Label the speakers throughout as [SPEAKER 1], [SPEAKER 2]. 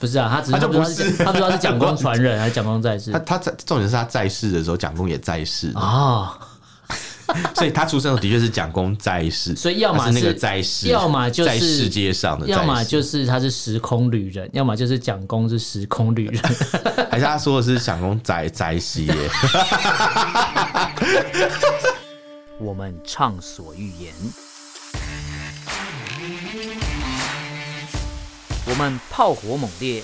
[SPEAKER 1] 不是啊，他只
[SPEAKER 2] 他
[SPEAKER 1] 是
[SPEAKER 2] 就
[SPEAKER 1] 不知道
[SPEAKER 2] 不是
[SPEAKER 1] 他不知道是蒋公传 人还是蒋公在世
[SPEAKER 2] 啊他他在重点是他在世的时候，蒋公也在世，
[SPEAKER 1] 啊，
[SPEAKER 2] 所以他出生的的确是蒋公在世，啊
[SPEAKER 1] 所以要么
[SPEAKER 2] 他是那个
[SPEAKER 1] 是
[SPEAKER 2] 在世，
[SPEAKER 1] 要么就是
[SPEAKER 2] 在世界上的在世，
[SPEAKER 1] 要么就是他是时空旅人，要么就是蒋公是时空旅人。
[SPEAKER 2] 还是他说的是蒋公在在世耶，
[SPEAKER 1] 我们畅所欲言，我们炮火猛烈，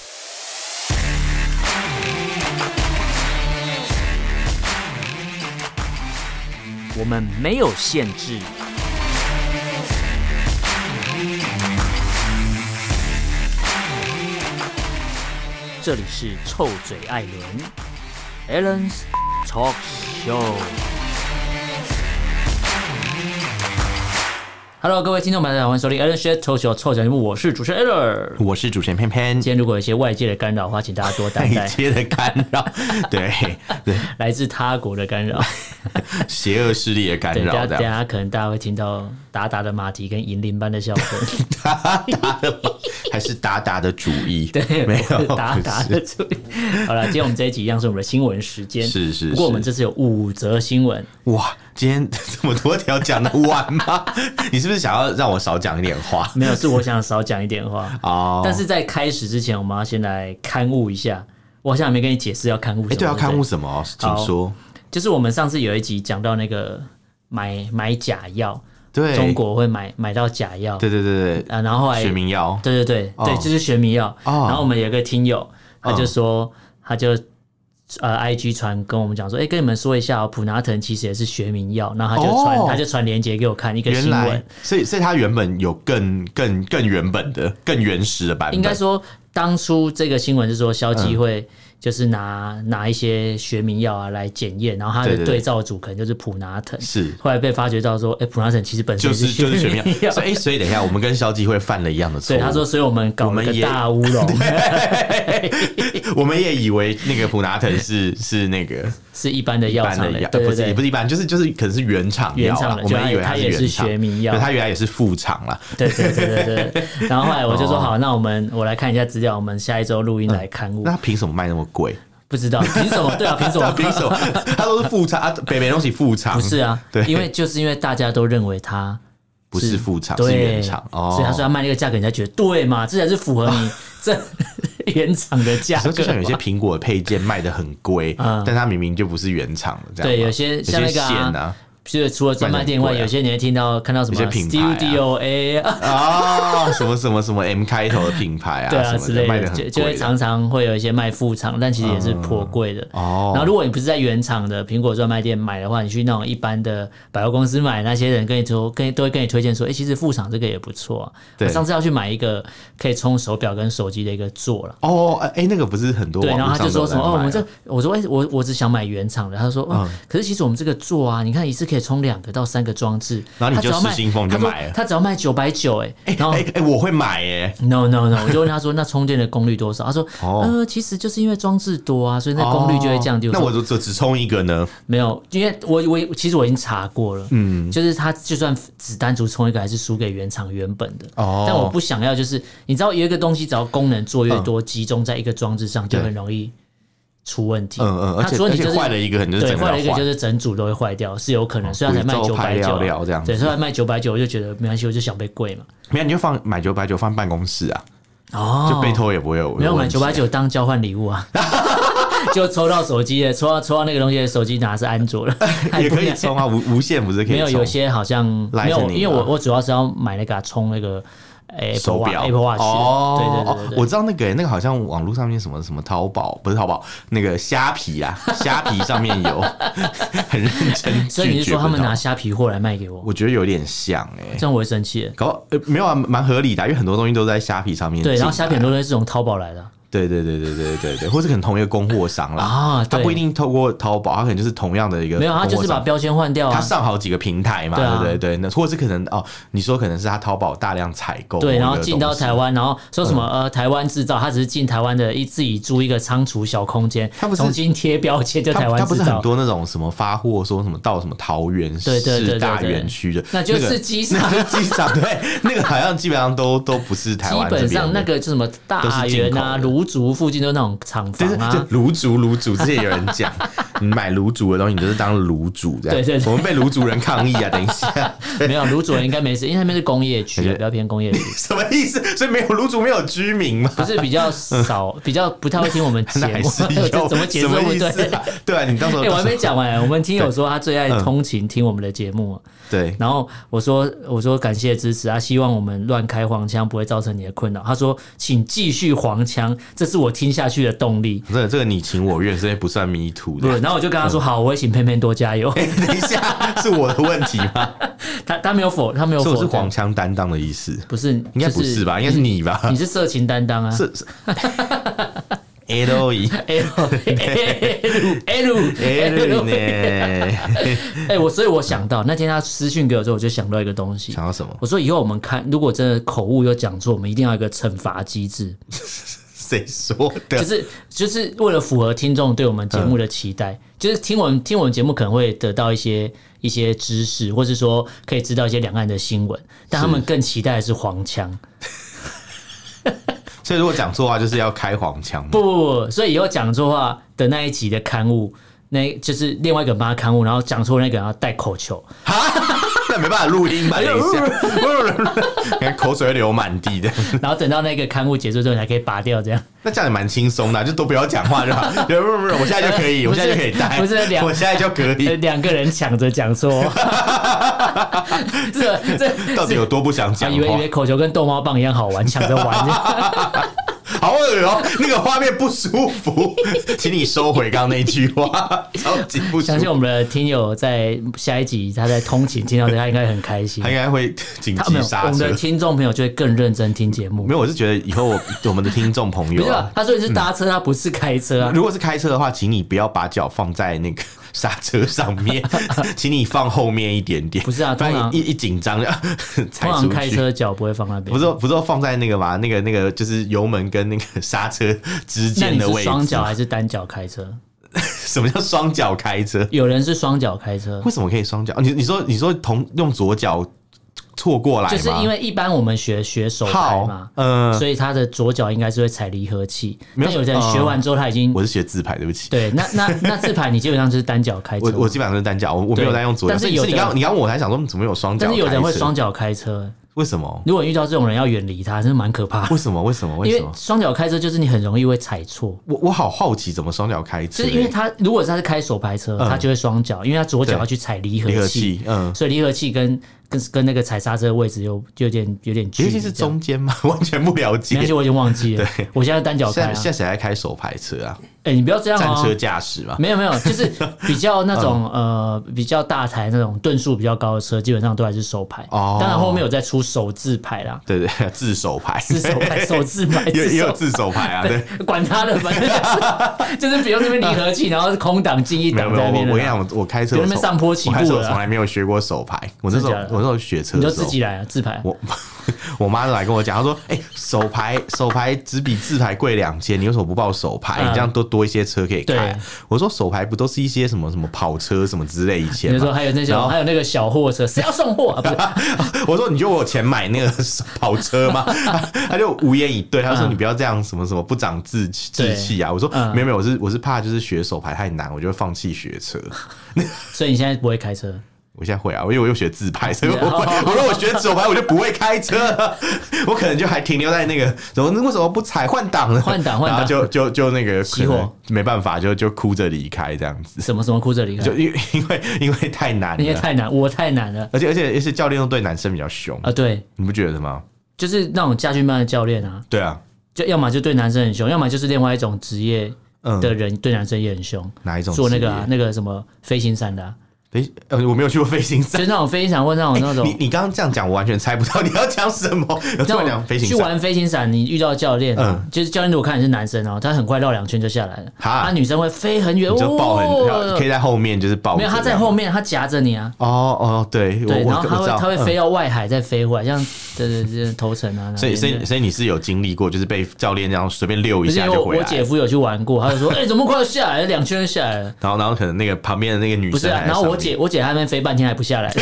[SPEAKER 1] 我们没有限制。这里是臭嘴艾伦 a l l e n s Talk Show。Hello，各位听众朋友，欢迎收听 Alan s h e t 臭球臭脚节目，我是主持人 Alan。
[SPEAKER 2] 我是主持人偏偏
[SPEAKER 1] 今。天如果有一些外界的干扰的话，请大家多担
[SPEAKER 2] 一
[SPEAKER 1] 待，
[SPEAKER 2] 切的干 扰，对对，
[SPEAKER 1] 来自他国的干 扰。
[SPEAKER 2] 邪恶势力的干
[SPEAKER 1] 对，大
[SPEAKER 2] 扰
[SPEAKER 1] 家
[SPEAKER 2] 这
[SPEAKER 1] 大
[SPEAKER 2] 样。
[SPEAKER 1] 家可能大家会听到达达的马蹄跟银铃般的笑声，
[SPEAKER 2] 还是达达的主意，
[SPEAKER 1] 对，
[SPEAKER 2] 没
[SPEAKER 1] 我是
[SPEAKER 2] 有
[SPEAKER 1] 达
[SPEAKER 2] 不
[SPEAKER 1] 达
[SPEAKER 2] 是
[SPEAKER 1] 的助理。好了，今天我们这一集一样是我们的新闻时间，
[SPEAKER 2] 是是
[SPEAKER 1] 不过我们
[SPEAKER 2] 是
[SPEAKER 1] 这次有五则新闻，
[SPEAKER 2] 哇，今天这么多条讲得完吗？你是不是想要让我少讲一点话？
[SPEAKER 1] 没有是我想少讲一点话。
[SPEAKER 2] 哦，
[SPEAKER 1] 但是在开始之前，我们要先来刊物一下。我好像还没跟你解释要刊物什么。
[SPEAKER 2] 哎，对啊，
[SPEAKER 1] 不
[SPEAKER 2] 看护什么？请
[SPEAKER 1] 好
[SPEAKER 2] 说。
[SPEAKER 1] 就是我们上次有一集讲到那个买买假药，
[SPEAKER 2] 对，
[SPEAKER 1] 中，国会买买到假药，
[SPEAKER 2] 对对对
[SPEAKER 1] 啊，然后后来
[SPEAKER 2] 对，学
[SPEAKER 1] 对
[SPEAKER 2] 名药，
[SPEAKER 1] 对对、
[SPEAKER 2] 哦
[SPEAKER 1] 对，就是学迷药。
[SPEAKER 2] 哦
[SPEAKER 1] 然后我们有一个听友，他
[SPEAKER 2] 嗯
[SPEAKER 1] 就说，他就呃，IG 传跟我们讲说，哎、跟你们说一下、哦，普拿疼其实也是学名药，然后他就传、
[SPEAKER 2] 哦
[SPEAKER 1] 他就传链接给我看一个
[SPEAKER 2] 原
[SPEAKER 1] 新
[SPEAKER 2] 来
[SPEAKER 1] 闻，，
[SPEAKER 2] 所以所以它原本有更更更原本的、更原始的版本，
[SPEAKER 1] 应该说当初这个新闻是说消基
[SPEAKER 2] 嗯
[SPEAKER 1] 会。就是拿拿一些学名药啊来检验，然后它
[SPEAKER 2] 对
[SPEAKER 1] 的
[SPEAKER 2] 对对
[SPEAKER 1] 对照组可能就是普拿疼，
[SPEAKER 2] 是。
[SPEAKER 1] 后来被发觉到说，哎、普拿疼其实本身
[SPEAKER 2] 就
[SPEAKER 1] 也
[SPEAKER 2] 是就是
[SPEAKER 1] 学
[SPEAKER 2] 学名
[SPEAKER 1] 名
[SPEAKER 2] 药，所以哎所以等一下，我们跟消基会犯了一样的
[SPEAKER 1] 对，
[SPEAKER 2] 错误。
[SPEAKER 1] 他说，所以我们搞
[SPEAKER 2] 我
[SPEAKER 1] 了
[SPEAKER 2] 们
[SPEAKER 1] 个
[SPEAKER 2] 也
[SPEAKER 1] 大乌 龙，
[SPEAKER 2] 我们也以为那个普拿疼是 是那个
[SPEAKER 1] 是一般的药
[SPEAKER 2] 般
[SPEAKER 1] 厂
[SPEAKER 2] 的
[SPEAKER 1] 的
[SPEAKER 2] 药，，
[SPEAKER 1] 对
[SPEAKER 2] 不
[SPEAKER 1] 对
[SPEAKER 2] 是也
[SPEAKER 1] 对
[SPEAKER 2] 不，是一般，就是就是可能是原厂药
[SPEAKER 1] 原
[SPEAKER 2] 啦
[SPEAKER 1] 厂的，
[SPEAKER 2] 我
[SPEAKER 1] 就
[SPEAKER 2] 们以为它
[SPEAKER 1] 也
[SPEAKER 2] 原厂
[SPEAKER 1] 学，名
[SPEAKER 2] 对
[SPEAKER 1] 药，
[SPEAKER 2] 它原来也是副厂啦。
[SPEAKER 1] 对对对对 对。然后后来我就说
[SPEAKER 2] 哦嗯
[SPEAKER 1] 好，那我们我来看一下资料，我们下一周录音来刊物
[SPEAKER 2] 那，他凭什么卖那么贵？
[SPEAKER 1] 不知道凭什么？对啊，凭什
[SPEAKER 2] 对啊
[SPEAKER 1] 么？
[SPEAKER 2] 凭什么？他都是副厂啊，北美东西副厂
[SPEAKER 1] 不是啊，
[SPEAKER 2] 对
[SPEAKER 1] 因为就是因为大家都认为它
[SPEAKER 2] 不是副厂，是
[SPEAKER 1] 对，
[SPEAKER 2] 原厂哦。
[SPEAKER 1] 所以他说他卖那个价格，人家觉得对嘛，这才是符合你 这原厂的价格
[SPEAKER 2] 有时候就像有些
[SPEAKER 1] 嘛。
[SPEAKER 2] 苹果的配件卖的很贵，
[SPEAKER 1] 嗯
[SPEAKER 2] 但它明明就不是原厂的，这样
[SPEAKER 1] 对，
[SPEAKER 2] 吗
[SPEAKER 1] 有些
[SPEAKER 2] 有
[SPEAKER 1] 像那
[SPEAKER 2] 些
[SPEAKER 1] 个
[SPEAKER 2] 线
[SPEAKER 1] 啊，
[SPEAKER 2] 啊，
[SPEAKER 1] 就是除了专卖店以外，
[SPEAKER 2] 卖得很贵啊
[SPEAKER 1] 有些你会听到看到什么
[SPEAKER 2] 有些品牌啊
[SPEAKER 1] Studio A 啊，
[SPEAKER 2] 啊，什么什么什么 M 开头的品牌啊，
[SPEAKER 1] 对啊
[SPEAKER 2] 什么
[SPEAKER 1] 之类
[SPEAKER 2] 卖的
[SPEAKER 1] 的，
[SPEAKER 2] 很
[SPEAKER 1] 就
[SPEAKER 2] 贵
[SPEAKER 1] 就会
[SPEAKER 2] 的
[SPEAKER 1] 常常会有一些卖副厂，但其实也是颇贵的。然后
[SPEAKER 2] 哦，
[SPEAKER 1] 如果你不是在原厂的苹果专卖店买的话，你去那种一般的百货公司买，那些人跟你说，跟都会跟你推荐说，哎、其实副厂这个也不错、啊。
[SPEAKER 2] 对
[SPEAKER 1] 我上次要去买一个可以充手表跟手机的一个座了。
[SPEAKER 2] 哦，哎，那个不是很多
[SPEAKER 1] 对，
[SPEAKER 2] 网
[SPEAKER 1] 然后
[SPEAKER 2] 络
[SPEAKER 1] 他
[SPEAKER 2] 上
[SPEAKER 1] 就
[SPEAKER 2] 都
[SPEAKER 1] 说什
[SPEAKER 2] 有在
[SPEAKER 1] 么
[SPEAKER 2] 卖
[SPEAKER 1] 哦，我们
[SPEAKER 2] 啊
[SPEAKER 1] 这，我说哎、我我只想买原厂的。他说哦，
[SPEAKER 2] 嗯
[SPEAKER 1] 可是其实我们这个座啊，你看一次可以充两个到三个装置，
[SPEAKER 2] 然后你
[SPEAKER 1] 他只
[SPEAKER 2] 就
[SPEAKER 1] 要卖
[SPEAKER 2] 失心疯你就
[SPEAKER 1] 他说
[SPEAKER 2] 买了
[SPEAKER 1] 他只要卖九百九哎，然后
[SPEAKER 2] 哎哎，我会买耶，
[SPEAKER 1] No no no，我就问他说，那充电的功率多少？他说，
[SPEAKER 2] 哦
[SPEAKER 1] 呃，其实就是因为装置多啊，所以那功率就会降低。
[SPEAKER 2] 哦那
[SPEAKER 1] 说
[SPEAKER 2] 我就只只充一个呢？
[SPEAKER 1] 没有，因为我我其实我已经查过了，嗯，就是他就算只单独充一个，还是输给原厂原本的。
[SPEAKER 2] 哦嗯
[SPEAKER 1] 但我不想要，就是你知道有一个东西，只要功能做越多，集中在一个装置上，就
[SPEAKER 2] 对
[SPEAKER 1] 很容易出问题。
[SPEAKER 2] 嗯嗯，而
[SPEAKER 1] 它
[SPEAKER 2] 且
[SPEAKER 1] 除了
[SPEAKER 2] 而
[SPEAKER 1] 你
[SPEAKER 2] 且
[SPEAKER 1] 就是
[SPEAKER 2] 坏了哦一个，可能就是
[SPEAKER 1] 对，
[SPEAKER 2] 整个
[SPEAKER 1] 坏
[SPEAKER 2] 要
[SPEAKER 1] 了一个就
[SPEAKER 2] 换
[SPEAKER 1] 是整组都会坏掉，是有可能，所以他才卖
[SPEAKER 2] 贵
[SPEAKER 1] 九
[SPEAKER 2] 州派
[SPEAKER 1] 百九啊
[SPEAKER 2] 料料这样子
[SPEAKER 1] 对，所以他卖九百九，我就觉得没关系，我就想被贵嘛。
[SPEAKER 2] 没有你就放买九百九放办公室啊，
[SPEAKER 1] 哦，
[SPEAKER 2] 就被偷也不会有
[SPEAKER 1] 没有买
[SPEAKER 2] 问题啊
[SPEAKER 1] 九百九当交换礼物啊， 就抽到手机了，抽到抽到那个东西，手机拿的是安卓 了，还
[SPEAKER 2] 也
[SPEAKER 1] 不
[SPEAKER 2] 可以
[SPEAKER 1] 能
[SPEAKER 2] 充啊，无无线不是可以
[SPEAKER 1] 没有，
[SPEAKER 2] 充啊
[SPEAKER 1] 有些好像没有，
[SPEAKER 2] Lightning
[SPEAKER 1] 因为
[SPEAKER 2] 啊
[SPEAKER 1] 我我主要是要买那个啊充那个 Apple
[SPEAKER 2] 手
[SPEAKER 1] Watch
[SPEAKER 2] 表
[SPEAKER 1] Apple Watch，
[SPEAKER 2] 哦，
[SPEAKER 1] 对对对对
[SPEAKER 2] 哦我
[SPEAKER 1] 对。
[SPEAKER 2] 知道那个、那个好像网络上面什么什么淘宝不是淘宝，那个虾皮啊，虾皮上面有很认真拒绝不到，
[SPEAKER 1] 所以你是说他们拿虾皮货来卖给我？
[SPEAKER 2] 我觉得有点像哎、
[SPEAKER 1] 这样我会生气耶。
[SPEAKER 2] 搞不好、呃、没有啊，蛮合理的啊、因为很多东西都在虾皮上面进
[SPEAKER 1] 对，
[SPEAKER 2] 来。
[SPEAKER 1] 然后虾皮很多东西是从淘宝来的啊
[SPEAKER 2] 对对对对对对对，或是可能同一个供货商啦，
[SPEAKER 1] 啊，
[SPEAKER 2] 他
[SPEAKER 1] 对，
[SPEAKER 2] 不一定透过淘宝，他可能就是同样的一个
[SPEAKER 1] 没有，他就是
[SPEAKER 2] 供货
[SPEAKER 1] 把
[SPEAKER 2] 商
[SPEAKER 1] 标签换掉
[SPEAKER 2] 他
[SPEAKER 1] 啊。
[SPEAKER 2] 上好几个平台嘛，
[SPEAKER 1] 对啊
[SPEAKER 2] 对对对，那或是可能哦，你说可能是他淘宝大量采购某
[SPEAKER 1] 对，
[SPEAKER 2] 一个东西，嗯
[SPEAKER 1] 然后进到台湾，然后说什么、呃台湾制造，他只是进台湾的一自己租一个仓储小空间
[SPEAKER 2] 他不，是
[SPEAKER 1] 重新贴标签就
[SPEAKER 2] 他
[SPEAKER 1] 台湾
[SPEAKER 2] 他不
[SPEAKER 1] 制
[SPEAKER 2] 是很
[SPEAKER 1] 造。
[SPEAKER 2] 多那种什么发货说什么到什么桃园
[SPEAKER 1] 对对对
[SPEAKER 2] 市
[SPEAKER 1] 对
[SPEAKER 2] 大
[SPEAKER 1] 对
[SPEAKER 2] 园区的，
[SPEAKER 1] 那就是
[SPEAKER 2] 个
[SPEAKER 1] 机场
[SPEAKER 2] 那就是机场对，那个好像基本上都都不是台
[SPEAKER 1] 基
[SPEAKER 2] 湾这
[SPEAKER 1] 本
[SPEAKER 2] 边
[SPEAKER 1] 上那
[SPEAKER 2] 的。
[SPEAKER 1] 个就什么
[SPEAKER 2] 都是
[SPEAKER 1] 大
[SPEAKER 2] 进
[SPEAKER 1] 园
[SPEAKER 2] 口
[SPEAKER 1] 啊、
[SPEAKER 2] 的
[SPEAKER 1] 芦芦竹附近都那种厂
[SPEAKER 2] 就
[SPEAKER 1] 房
[SPEAKER 2] 是就
[SPEAKER 1] 啊，
[SPEAKER 2] 卤煮卤煮，之前有人讲，你买卤煮的东西，你就是当卤煮这样。
[SPEAKER 1] 对对对
[SPEAKER 2] 我们被卤煮人抗议啊！等一下，
[SPEAKER 1] 没有芦竹人应该没事，因为那边是工业区
[SPEAKER 2] 而且，
[SPEAKER 1] 比较偏工业区，
[SPEAKER 2] 什么意思？所以没有卤煮，没有居民吗？
[SPEAKER 1] 不是比较少，比较不太会听我们节
[SPEAKER 2] 那还
[SPEAKER 1] 目
[SPEAKER 2] 是，
[SPEAKER 1] 这
[SPEAKER 2] 有
[SPEAKER 1] 怎么解释
[SPEAKER 2] 什
[SPEAKER 1] 都
[SPEAKER 2] 么
[SPEAKER 1] 不
[SPEAKER 2] 意
[SPEAKER 1] 对
[SPEAKER 2] 思？啊？对啊，你到时候
[SPEAKER 1] 哎，我还没讲完，我们听友说他最爱
[SPEAKER 2] 嗯
[SPEAKER 1] 通勤听我们的节目，
[SPEAKER 2] 对，
[SPEAKER 1] 然后我说我说感谢支持啊，希望我们乱开黄腔不会造成你的困扰。他说请继续黄腔，这是我听下去的动力。
[SPEAKER 2] 这个这个你情我愿，所以不算迷途
[SPEAKER 1] 不是，
[SPEAKER 2] 的。
[SPEAKER 1] 然后我就跟他说好，我会请佩佩多加油。
[SPEAKER 2] 等一下，是我的问题吗？
[SPEAKER 1] 他他没有否，他没有
[SPEAKER 2] 是
[SPEAKER 1] 否
[SPEAKER 2] 我是
[SPEAKER 1] 认，
[SPEAKER 2] 黄腔担当的意思，
[SPEAKER 1] 不是，
[SPEAKER 2] 应该
[SPEAKER 1] 就
[SPEAKER 2] 不是吧？应该是你吧
[SPEAKER 1] 你？是色情担当啊。
[SPEAKER 2] 是 是，L E
[SPEAKER 1] L L L
[SPEAKER 2] L 呢？
[SPEAKER 1] 哎，我所以我想到那天他私讯给我之后，我就想到一个东西。
[SPEAKER 2] 想到什么？
[SPEAKER 1] 我说以后我们看，如果真的口误有讲错，我们一定要有一个惩罚机制，
[SPEAKER 2] 谁说
[SPEAKER 1] 就
[SPEAKER 2] 的？
[SPEAKER 1] 是就是为了符合听众对我们节目的期待，
[SPEAKER 2] 嗯
[SPEAKER 1] 就是听我们听我们节目可能会得到一些一些知识，或是说可以知道一些两岸的新闻，但他们更期待的是黄腔。
[SPEAKER 2] 所以如果讲错话，就是要开黄腔嘛。
[SPEAKER 1] 不不不，所以以后讲错话的那一集的刊物，那就是另外一个人帮他刊物，然后讲错那个人要戴口球，
[SPEAKER 2] 那没办法录音吧？等一 下，你看口水会流满地的。
[SPEAKER 1] 然后等到那个刊物结束之后，你还可以拔掉这样。
[SPEAKER 2] 那这样也蛮轻松的啊、就都不要讲话就好。不不不，我现在就可以，
[SPEAKER 1] 不
[SPEAKER 2] 我
[SPEAKER 1] 是
[SPEAKER 2] 现在就可以待，
[SPEAKER 1] 不是两
[SPEAKER 2] 我现在就可
[SPEAKER 1] 呃
[SPEAKER 2] 以。
[SPEAKER 1] 两个人抢着讲 错，这这
[SPEAKER 2] 到底有多不想
[SPEAKER 1] 啊
[SPEAKER 2] 讲
[SPEAKER 1] 以为以
[SPEAKER 2] 话
[SPEAKER 1] 为？口球跟逗猫棒一样好玩，抢着 玩。
[SPEAKER 2] 好恶哦、那个画面不舒服， 请你收回刚刚那句话，超级不舒
[SPEAKER 1] 相信
[SPEAKER 2] 服。
[SPEAKER 1] 我们的听友在下一集他在通勤听到这，他应该很开心
[SPEAKER 2] 他。应该会紧
[SPEAKER 1] 嗯他没
[SPEAKER 2] 急
[SPEAKER 1] 有，我
[SPEAKER 2] 刹
[SPEAKER 1] 们
[SPEAKER 2] 车
[SPEAKER 1] 的。听众朋友就会更认真听节目
[SPEAKER 2] 没。有，我是觉得以后我我们的听众朋
[SPEAKER 1] 不
[SPEAKER 2] 友
[SPEAKER 1] 是
[SPEAKER 2] 啊
[SPEAKER 1] 吧，？他说你是搭车，他不是开车啊。
[SPEAKER 2] 如果是开车的话，请你不要把脚放在那 个刹车上面， 请你放后面一点点。
[SPEAKER 1] 不是啊
[SPEAKER 2] 不然
[SPEAKER 1] 通常
[SPEAKER 2] 一一紧张就 踩
[SPEAKER 1] 通常
[SPEAKER 2] 出
[SPEAKER 1] 开
[SPEAKER 2] 去。
[SPEAKER 1] 车脚不会放那边
[SPEAKER 2] 不，是不是放在那个嘛？那个那个就是油门跟那个 刹车之
[SPEAKER 1] 那
[SPEAKER 2] 间
[SPEAKER 1] 你
[SPEAKER 2] 的
[SPEAKER 1] 是
[SPEAKER 2] 位置。
[SPEAKER 1] 双脚还啊是单脚开车？
[SPEAKER 2] 什么叫双脚开车？
[SPEAKER 1] 有人是双脚开车，
[SPEAKER 2] 为什么可以双脚？哦你你说你说同用左脚错过来
[SPEAKER 1] 就
[SPEAKER 2] 吗？
[SPEAKER 1] 是因为一般我们学学手
[SPEAKER 2] 好
[SPEAKER 1] 牌嘛，
[SPEAKER 2] 嗯、
[SPEAKER 1] 所以他的左脚应该是会踩离合器。
[SPEAKER 2] 没有
[SPEAKER 1] 但有的人学完之后他已经
[SPEAKER 2] 我是学自排，对不起。
[SPEAKER 1] 对，那那那字牌你基本上就是单脚开车
[SPEAKER 2] 我，我基本上是单脚，我我没有
[SPEAKER 1] 对
[SPEAKER 2] 在用左脚。
[SPEAKER 1] 但是
[SPEAKER 2] 所以
[SPEAKER 1] 有的
[SPEAKER 2] 你刚你刚问我才想说，怎么有双脚？
[SPEAKER 1] 但是有人会，双脚开车，
[SPEAKER 2] 为什么？
[SPEAKER 1] 如果你遇到这种人要远离他，真的蛮可怕的
[SPEAKER 2] 为。什么？为什么？为
[SPEAKER 1] 因
[SPEAKER 2] 什
[SPEAKER 1] 为
[SPEAKER 2] 么？
[SPEAKER 1] 双脚开车就是你很容易会踩错，
[SPEAKER 2] 我我好好奇怎么双脚开车、
[SPEAKER 1] 就
[SPEAKER 2] 欸
[SPEAKER 1] 是因为他如果他是开手排车，他就会双脚，因为他左脚要去踩离
[SPEAKER 2] 嗯离
[SPEAKER 1] 合
[SPEAKER 2] 合
[SPEAKER 1] 器，
[SPEAKER 2] 器，嗯，
[SPEAKER 1] 所以离合器跟跟跟那个踩刹车的位置又就有点有点距
[SPEAKER 2] 离合
[SPEAKER 1] 离这样。
[SPEAKER 2] 器是中间吗？ 完全不了
[SPEAKER 1] 没
[SPEAKER 2] 解。
[SPEAKER 1] 关系，
[SPEAKER 2] 现
[SPEAKER 1] 我已经忘记了。我现在单脚开
[SPEAKER 2] 在
[SPEAKER 1] 啊
[SPEAKER 2] 现。在谁在开手排车啊？
[SPEAKER 1] 哎，你不要这样
[SPEAKER 2] 战
[SPEAKER 1] 哦
[SPEAKER 2] 车。驾驶嘛？
[SPEAKER 1] 没有没有，就是比较那种
[SPEAKER 2] 嗯
[SPEAKER 1] 呃比较大台那种吨数比较高的车，基本上都还是手排。
[SPEAKER 2] 哦
[SPEAKER 1] 当然后面有再出手自排 啦，
[SPEAKER 2] 对对，自手牌，
[SPEAKER 1] 是手排手自排，
[SPEAKER 2] 也
[SPEAKER 1] 自
[SPEAKER 2] 也有
[SPEAKER 1] 手
[SPEAKER 2] 自手牌啊，对。
[SPEAKER 1] 管他的，反正 就是就是比如那边离合器，然后空档进一
[SPEAKER 2] 没有
[SPEAKER 1] 档
[SPEAKER 2] 没有，
[SPEAKER 1] 在那
[SPEAKER 2] 我
[SPEAKER 1] 边的
[SPEAKER 2] 我跟
[SPEAKER 1] 啦，
[SPEAKER 2] 你讲，我我开车
[SPEAKER 1] 有
[SPEAKER 2] 我
[SPEAKER 1] 那边
[SPEAKER 2] 从
[SPEAKER 1] 上坡起
[SPEAKER 2] 我开
[SPEAKER 1] 步
[SPEAKER 2] 车我
[SPEAKER 1] 了
[SPEAKER 2] 从来没有学过手牌，我那时候
[SPEAKER 1] 真的假的
[SPEAKER 2] 我那时候学车
[SPEAKER 1] 你就
[SPEAKER 2] 的时
[SPEAKER 1] 自
[SPEAKER 2] 候，
[SPEAKER 1] 己来啊，自排。
[SPEAKER 2] 我 我妈都来跟我讲，她说：“哎、手牌手牌只比自牌贵两千，你为什么不报手牌？
[SPEAKER 1] 嗯
[SPEAKER 2] 你这样多多一些车可以开啊、
[SPEAKER 1] 对
[SPEAKER 2] 我说：“手牌不都是一些什么什么跑车什么之类以前
[SPEAKER 1] 你
[SPEAKER 2] 吗？”
[SPEAKER 1] 说还有那些
[SPEAKER 2] 然后
[SPEAKER 1] 还有那个小货车，谁要送货 啊？不是，
[SPEAKER 2] 我说你觉得我有钱买那个 跑车吗？他就无言以对，他说
[SPEAKER 1] 嗯
[SPEAKER 2] 你不要这样什么什么不长志气
[SPEAKER 1] 对
[SPEAKER 2] 志气啊！我说
[SPEAKER 1] 嗯
[SPEAKER 2] 没有没有，我是我是怕就是学手牌太难，我就会放弃学车。
[SPEAKER 1] 所以你现在不会开车。
[SPEAKER 2] 我现在会啊，因为我又学自拍，所以我
[SPEAKER 1] 哦
[SPEAKER 2] 会。我说我学手牌，我就不会开车 了，我可能就还停留在那个怎么为什么不踩换挡呢？
[SPEAKER 1] 换挡换挡
[SPEAKER 2] 然后就就就那个
[SPEAKER 1] 熄
[SPEAKER 2] 可能
[SPEAKER 1] 火
[SPEAKER 2] 没办法，就就哭着离开这样子，
[SPEAKER 1] 什么什么哭着离开
[SPEAKER 2] 就，因为因为因为太难
[SPEAKER 1] 那些嗯
[SPEAKER 2] 了，
[SPEAKER 1] 太难，我太难了
[SPEAKER 2] 而且而且而且教练又对男生比较凶，
[SPEAKER 1] 啊！对，
[SPEAKER 2] 你不觉得吗？
[SPEAKER 1] 就是那种家训班的教练啊，
[SPEAKER 2] 对啊，
[SPEAKER 1] 就要么就对男生很凶，要么就是另外一种职业
[SPEAKER 2] 嗯，
[SPEAKER 1] 的人对男生也很凶，
[SPEAKER 2] 哪一种
[SPEAKER 1] 做那
[SPEAKER 2] 职
[SPEAKER 1] 个
[SPEAKER 2] 业
[SPEAKER 1] 啊那个什么飞行伞的啊，
[SPEAKER 2] 飞呃，我没有去过飞行伞。
[SPEAKER 1] 就是那种飞行伞或那种那
[SPEAKER 2] 哎你
[SPEAKER 1] 种
[SPEAKER 2] 你刚刚这样讲，我完全猜不到你要讲什么。有突然
[SPEAKER 1] 那
[SPEAKER 2] 讲飞
[SPEAKER 1] 种
[SPEAKER 2] 行
[SPEAKER 1] 去
[SPEAKER 2] 伞，嗯
[SPEAKER 1] 玩飞行伞，你遇到教练啊，就是教练如果看你是男生哦，他很快绕两圈就下来了，
[SPEAKER 2] 哈
[SPEAKER 1] 啊女生会飞很远，
[SPEAKER 2] 你就抱很，可
[SPEAKER 1] 哦，
[SPEAKER 2] 以在后面就是抱
[SPEAKER 1] 没
[SPEAKER 2] 着这
[SPEAKER 1] 有
[SPEAKER 2] 样。
[SPEAKER 1] 他在后面，他夹着你啊。
[SPEAKER 2] 哦哦，对，我
[SPEAKER 1] 对，
[SPEAKER 2] 我
[SPEAKER 1] 然后他
[SPEAKER 2] 我
[SPEAKER 1] 会
[SPEAKER 2] 知道，
[SPEAKER 1] 他会飞
[SPEAKER 2] 嗯。
[SPEAKER 1] 到外海再飞回来，像对对对头层啊，
[SPEAKER 2] 所以所
[SPEAKER 1] 哪边
[SPEAKER 2] 以
[SPEAKER 1] 的
[SPEAKER 2] 所以你是有经历过，就是被教练这样随便溜一
[SPEAKER 1] 不是
[SPEAKER 2] 下
[SPEAKER 1] 因为
[SPEAKER 2] 就
[SPEAKER 1] 我
[SPEAKER 2] 回
[SPEAKER 1] 我
[SPEAKER 2] 来，
[SPEAKER 1] 姐夫有去玩过，他就 说哎怎么快要下来了，两圈就下来了。
[SPEAKER 2] 然后然后可能那个旁边的那个女
[SPEAKER 1] 不是、
[SPEAKER 2] 生
[SPEAKER 1] 啊
[SPEAKER 2] 还，在
[SPEAKER 1] 然后
[SPEAKER 2] 上
[SPEAKER 1] 我
[SPEAKER 2] 面
[SPEAKER 1] 姐我姐在那边飞半天还不下来，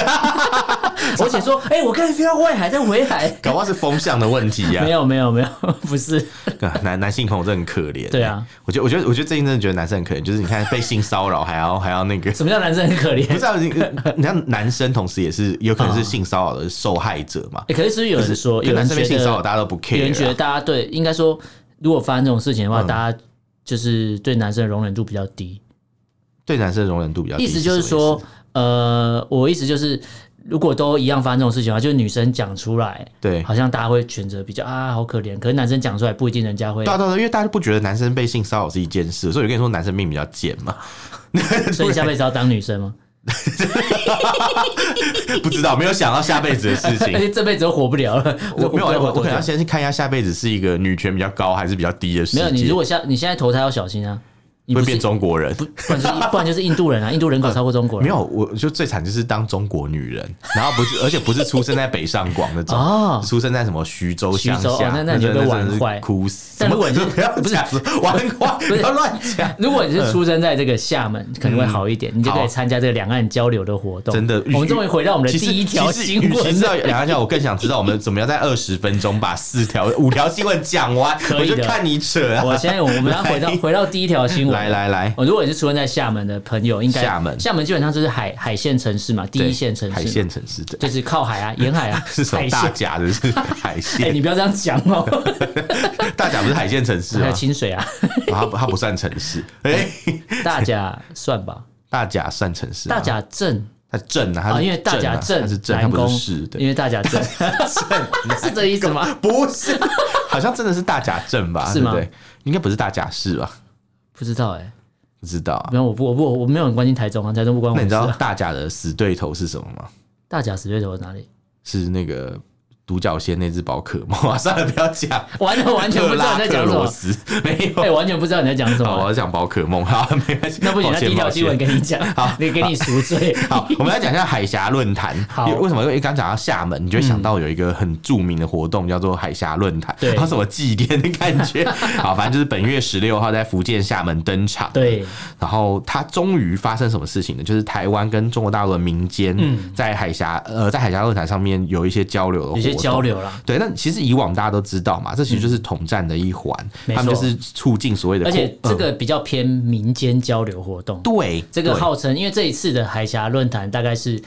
[SPEAKER 1] 我姐说：“哎、我刚才飞到外海，在回海。
[SPEAKER 2] 搞不好是风向的问题”呀、
[SPEAKER 1] 没有没有没有，不是
[SPEAKER 2] 啊。男男性朋友真的很可怜。欸
[SPEAKER 1] 对啊，
[SPEAKER 2] 我觉得我觉得我觉得最近真的觉得男生很可怜，就是你看被性骚扰还要还要那 个。
[SPEAKER 1] 什么叫男生很可怜
[SPEAKER 2] 不。是啊，你你看男生同时也是有可能是性骚扰的受害者嘛？
[SPEAKER 1] 欸可是是不是有人说，
[SPEAKER 2] 可
[SPEAKER 1] 有
[SPEAKER 2] 男
[SPEAKER 1] 人
[SPEAKER 2] 生被
[SPEAKER 1] 觉
[SPEAKER 2] 性骚扰，
[SPEAKER 1] 得，
[SPEAKER 2] 大家都不
[SPEAKER 1] 有人觉
[SPEAKER 2] care
[SPEAKER 1] 得
[SPEAKER 2] 啊。嗯
[SPEAKER 1] 大家对，应该说，如果发生这种事情的话，大家就是对男生的容忍度比较低。
[SPEAKER 2] 对男生的容忍度比较低，
[SPEAKER 1] 意思就是
[SPEAKER 2] 什么意
[SPEAKER 1] 说
[SPEAKER 2] 思，，
[SPEAKER 1] 呃，我意思就是，如果都一样发生这种事情的话，就是女生讲出来，
[SPEAKER 2] 对，
[SPEAKER 1] 好像大家会选择比较啊，好可怜。可是男生讲出来，不一定人家会
[SPEAKER 2] 对。啊对啊，对啊因为大家不觉得男生被性骚扰是一件事，所以我就跟你说男生命比较贱嘛。
[SPEAKER 1] 所以你下辈子要当女生吗？
[SPEAKER 2] 不知道，没有想到下辈子的事
[SPEAKER 1] 而
[SPEAKER 2] 情。
[SPEAKER 1] 且这辈子都活不了了。
[SPEAKER 2] 我没有，我我可能要
[SPEAKER 1] 要
[SPEAKER 2] 先去看一下下辈子是一个女权比较高还是比较低的世
[SPEAKER 1] 没
[SPEAKER 2] 界。
[SPEAKER 1] 有你，如果下你现在投胎要小心啊，你不
[SPEAKER 2] 会
[SPEAKER 1] 是
[SPEAKER 2] 变中国人。
[SPEAKER 1] 不然就是不然就是印度 人啊，印度人口超过中国人。
[SPEAKER 2] 没有，我就最惨就是当中国女人，然后不是，而且不是出生在北上广那种，
[SPEAKER 1] 哦
[SPEAKER 2] 出生在什么徐州
[SPEAKER 1] 徐州
[SPEAKER 2] 乡下，
[SPEAKER 1] 哦那那
[SPEAKER 2] 那
[SPEAKER 1] 你就
[SPEAKER 2] 真的
[SPEAKER 1] 被
[SPEAKER 2] 是
[SPEAKER 1] 玩坏
[SPEAKER 2] 哭死。
[SPEAKER 1] 但如果你
[SPEAKER 2] 什
[SPEAKER 1] 是
[SPEAKER 2] 么不要
[SPEAKER 1] 不是
[SPEAKER 2] 讲玩坏，不
[SPEAKER 1] 是
[SPEAKER 2] 要乱讲。
[SPEAKER 1] 如果你是出生在这个厦门，可能会好一点，你就可以参加这个两岸交流的活动。
[SPEAKER 2] 嗯真的，
[SPEAKER 1] 我们终于回到我们的
[SPEAKER 2] 其实
[SPEAKER 1] 第一条
[SPEAKER 2] 其实
[SPEAKER 1] 新
[SPEAKER 2] 与其
[SPEAKER 1] 闻
[SPEAKER 2] 知。道两条，我更想知道我们怎么样在二十分钟把四条、五条新闻讲完。
[SPEAKER 1] 可
[SPEAKER 2] 我
[SPEAKER 1] 以
[SPEAKER 2] 就
[SPEAKER 1] 的
[SPEAKER 2] 看你扯啊！
[SPEAKER 1] 我现在我们要 回到回到第一条新闻。
[SPEAKER 2] 来来来，
[SPEAKER 1] 哦，如果你是出生在厦门的朋友，应该
[SPEAKER 2] 厦门
[SPEAKER 1] 厦门基本上就是海海线城市嘛，第一线城市，
[SPEAKER 2] 海线城市的
[SPEAKER 1] 就是靠海啊，沿海啊，
[SPEAKER 2] 是什么
[SPEAKER 1] 海
[SPEAKER 2] 大
[SPEAKER 1] 线。
[SPEAKER 2] 甲的 是海
[SPEAKER 1] 哎、
[SPEAKER 2] 线，
[SPEAKER 1] 你不要这样讲哦，
[SPEAKER 2] 大 甲不是海线城市
[SPEAKER 1] 还
[SPEAKER 2] 吗哦
[SPEAKER 1] 有？清水啊，
[SPEAKER 2] 它不它不算城市，哎，
[SPEAKER 1] 大甲算吧，
[SPEAKER 2] 大甲算城市吗，
[SPEAKER 1] 大甲镇
[SPEAKER 2] 它镇啊，它
[SPEAKER 1] 啊，
[SPEAKER 2] 是
[SPEAKER 1] 因为大甲
[SPEAKER 2] 镇啊
[SPEAKER 1] 镇
[SPEAKER 2] 它是镇，它
[SPEAKER 1] 南
[SPEAKER 2] 不
[SPEAKER 1] 宫
[SPEAKER 2] 是市的，
[SPEAKER 1] 因为大甲 镇 是这意思吗？
[SPEAKER 2] 不是，好像真的是大甲镇吧？
[SPEAKER 1] 是吗
[SPEAKER 2] 对不对应该不是大甲市吧？
[SPEAKER 1] 不知道哎、
[SPEAKER 2] 不知道啊。
[SPEAKER 1] 没有，我不，我不，我没有很关心台中啊，台中不关我
[SPEAKER 2] 那你
[SPEAKER 1] 事、
[SPEAKER 2] 知道
[SPEAKER 1] 啊。
[SPEAKER 2] 大甲的死对头是什么吗？
[SPEAKER 1] 大甲死对头是哪里？
[SPEAKER 2] 是那个独角仙那只宝可梦啊！ 算了，不要讲，
[SPEAKER 1] 完全完全不
[SPEAKER 2] 克
[SPEAKER 1] 知道
[SPEAKER 2] 拉
[SPEAKER 1] 你在
[SPEAKER 2] 克
[SPEAKER 1] 讲什
[SPEAKER 2] 罗
[SPEAKER 1] 么，
[SPEAKER 2] 斯没
[SPEAKER 1] 哎、
[SPEAKER 2] 有。
[SPEAKER 1] 完全不知道你在讲什
[SPEAKER 2] 好，
[SPEAKER 1] 么。
[SPEAKER 2] 我要讲宝可梦，好，没关系。
[SPEAKER 1] 那不行，
[SPEAKER 2] 抱
[SPEAKER 1] 那
[SPEAKER 2] 歉
[SPEAKER 1] 第一条新闻。
[SPEAKER 2] 抱歉
[SPEAKER 1] 跟你 讲，你给你赎罪。
[SPEAKER 2] 好，我们来讲一下海峡论坛。
[SPEAKER 1] 好嗯
[SPEAKER 2] 因为为什么？因为刚讲到厦门，你就会想到有一个很著名的活动叫做海峡论坛，
[SPEAKER 1] 对
[SPEAKER 2] 然后什么祭奠的感觉。 好，反正就是本月十六号在福建厦门登场。
[SPEAKER 1] 对，
[SPEAKER 2] 然后它终于发生什么事情呢？就是台湾跟中国大陆的民间在海峡、呃在海峡论坛上面有一些交流的活
[SPEAKER 1] 嗯有
[SPEAKER 2] 动，
[SPEAKER 1] 些交。流啦，
[SPEAKER 2] 对，那其实以往大家都知道嘛，这其实就是统战的一环，
[SPEAKER 1] 没
[SPEAKER 2] 他们就
[SPEAKER 1] 错
[SPEAKER 2] 是促进所谓的
[SPEAKER 1] 而
[SPEAKER 2] 扩，
[SPEAKER 1] 且这
[SPEAKER 2] 呃
[SPEAKER 1] 个比较偏民间交流活动。
[SPEAKER 2] 对
[SPEAKER 1] 这个
[SPEAKER 2] 对
[SPEAKER 1] 号称，因为这一次的海峡论坛大概是。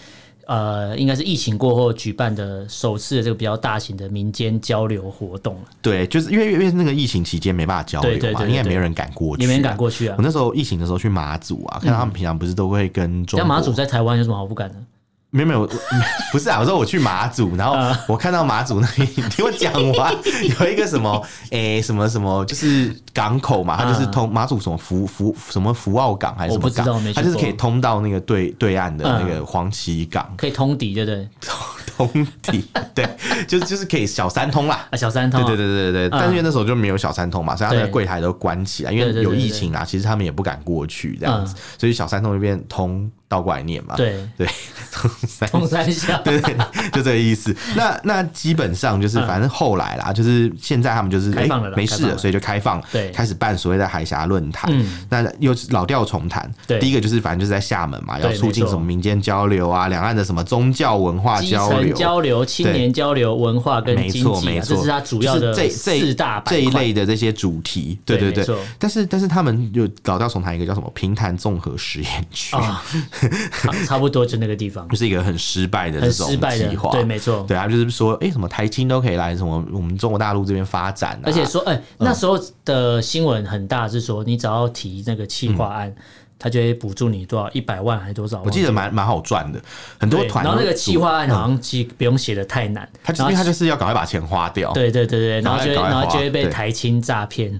[SPEAKER 1] 呃，应该是疫情过后举办的首次的这个比较大型的民间交流活动了，
[SPEAKER 2] 对，就是因为因为那个疫情期间没办法交流嘛，
[SPEAKER 1] 对对对对
[SPEAKER 2] 应该没有人敢过去、
[SPEAKER 1] 也没人敢。过去啊
[SPEAKER 2] 我。那时候疫情的时候去马祖啊，看到他们平常不是都会跟中
[SPEAKER 1] 但
[SPEAKER 2] 国
[SPEAKER 1] 马祖在台湾有什么好不敢的？
[SPEAKER 2] 没有没有，我不是啊，我说我去马祖，然后
[SPEAKER 1] 嗯
[SPEAKER 2] 我看到马祖那里，你听我讲 完，有一个什么诶、什么什么，就是港口嘛，它就是
[SPEAKER 1] 嗯
[SPEAKER 2] 通马祖什么福福什么福澳港还是什
[SPEAKER 1] 我不
[SPEAKER 2] 么
[SPEAKER 1] 知道没去
[SPEAKER 2] 港，它就是
[SPEAKER 1] 过
[SPEAKER 2] 可以通到那个对对岸的那个
[SPEAKER 1] 嗯
[SPEAKER 2] 黄岐港
[SPEAKER 1] 可以通敌，对不对？
[SPEAKER 2] 通体， 对，就就是可以小三通啦。
[SPEAKER 1] 啊，小三通
[SPEAKER 2] 对
[SPEAKER 1] 啊，
[SPEAKER 2] 对对对对，但是因为那时候就没有小三通嘛，所以他们的柜台都关起来，因为
[SPEAKER 1] 对对对
[SPEAKER 2] 有
[SPEAKER 1] 对嗯
[SPEAKER 2] 疫情啊，其实他们也不敢过去这样子，所以小三通就变通倒过来念嘛。
[SPEAKER 1] 对
[SPEAKER 2] 对，通三
[SPEAKER 1] 通三下，
[SPEAKER 2] 对对，对就这个意思。那那基本上就是，反正后来啦，就是现在他们就是
[SPEAKER 1] 嗯开放了
[SPEAKER 2] 诶
[SPEAKER 1] 啦
[SPEAKER 2] 没事
[SPEAKER 1] 开放
[SPEAKER 2] 了，
[SPEAKER 1] 了
[SPEAKER 2] 所以就开放，
[SPEAKER 1] 对嗯
[SPEAKER 2] 开始办所谓的海峡论坛。那又是老调重弹，
[SPEAKER 1] 对
[SPEAKER 2] 第一个就是反正就是在厦门嘛，要
[SPEAKER 1] 对
[SPEAKER 2] 促进
[SPEAKER 1] 没错
[SPEAKER 2] 什么民间交流啊，两岸的什么宗教文化
[SPEAKER 1] 基
[SPEAKER 2] 交
[SPEAKER 1] 层
[SPEAKER 2] 流。啊
[SPEAKER 1] 交流、青年交流、文化跟
[SPEAKER 2] 没
[SPEAKER 1] 经
[SPEAKER 2] 错，
[SPEAKER 1] 济
[SPEAKER 2] 没
[SPEAKER 1] 啊，
[SPEAKER 2] 错，
[SPEAKER 1] 这是它主要的
[SPEAKER 2] 就是这这
[SPEAKER 1] 四大板
[SPEAKER 2] 这一
[SPEAKER 1] 块。
[SPEAKER 2] 类的这些主题，对
[SPEAKER 1] 对
[SPEAKER 2] 对
[SPEAKER 1] 没错
[SPEAKER 2] 但是但是他们有老调重弹一个叫什么平潭综合实验区，
[SPEAKER 1] 啊，差差不多就那个地方，
[SPEAKER 2] 就是一个很失败的这
[SPEAKER 1] 很
[SPEAKER 2] 种
[SPEAKER 1] 失败
[SPEAKER 2] 计
[SPEAKER 1] 的
[SPEAKER 2] 划，，
[SPEAKER 1] 对，没错。
[SPEAKER 2] 对啊，就是说，哎、什么台青都可以来什么我们中国大陆这边发展、啊，
[SPEAKER 1] 而且说，哎、那时候的新闻很大，是说你只要提那个企划案，他就会补助你多少一百万还是多少？
[SPEAKER 2] 我记
[SPEAKER 1] 得
[SPEAKER 2] 得蛮蛮好赚的，很多团
[SPEAKER 1] 然后
[SPEAKER 2] 都
[SPEAKER 1] 那个
[SPEAKER 2] 组
[SPEAKER 1] 企，划案好像其实不用写的太难，
[SPEAKER 2] 他就是因
[SPEAKER 1] 然
[SPEAKER 2] 为他
[SPEAKER 1] 后
[SPEAKER 2] 就是要赶快把钱花掉。
[SPEAKER 1] 对对对对，然后就会
[SPEAKER 2] 赶快
[SPEAKER 1] 然后就
[SPEAKER 2] 划
[SPEAKER 1] 会被
[SPEAKER 2] 对
[SPEAKER 1] 台青诈骗，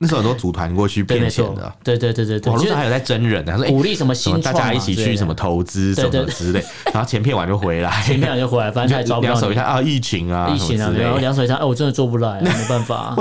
[SPEAKER 2] 那时候很多组团过去
[SPEAKER 1] 对，
[SPEAKER 2] 骗
[SPEAKER 1] 没
[SPEAKER 2] 钱
[SPEAKER 1] 错
[SPEAKER 2] 的，，
[SPEAKER 1] 对对对对对，
[SPEAKER 2] 网络
[SPEAKER 1] 就是
[SPEAKER 2] 上还有在真人的，他说哎
[SPEAKER 1] 鼓励什么
[SPEAKER 2] 什么
[SPEAKER 1] 新
[SPEAKER 2] 大
[SPEAKER 1] 创、啊、
[SPEAKER 2] 家一起去什么。投资什
[SPEAKER 1] 对对
[SPEAKER 2] 么之类，然后钱骗完就 回来，
[SPEAKER 1] 前面就回来，反正他也招不
[SPEAKER 2] 两
[SPEAKER 1] 到
[SPEAKER 2] 手
[SPEAKER 1] 你
[SPEAKER 2] 一。下啊，疫情啊，
[SPEAKER 1] 疫情
[SPEAKER 2] 什
[SPEAKER 1] 啊
[SPEAKER 2] 么，之类
[SPEAKER 1] 然后
[SPEAKER 2] 的。
[SPEAKER 1] 凉水汤，哎，我真的做不来啊，没办法啊，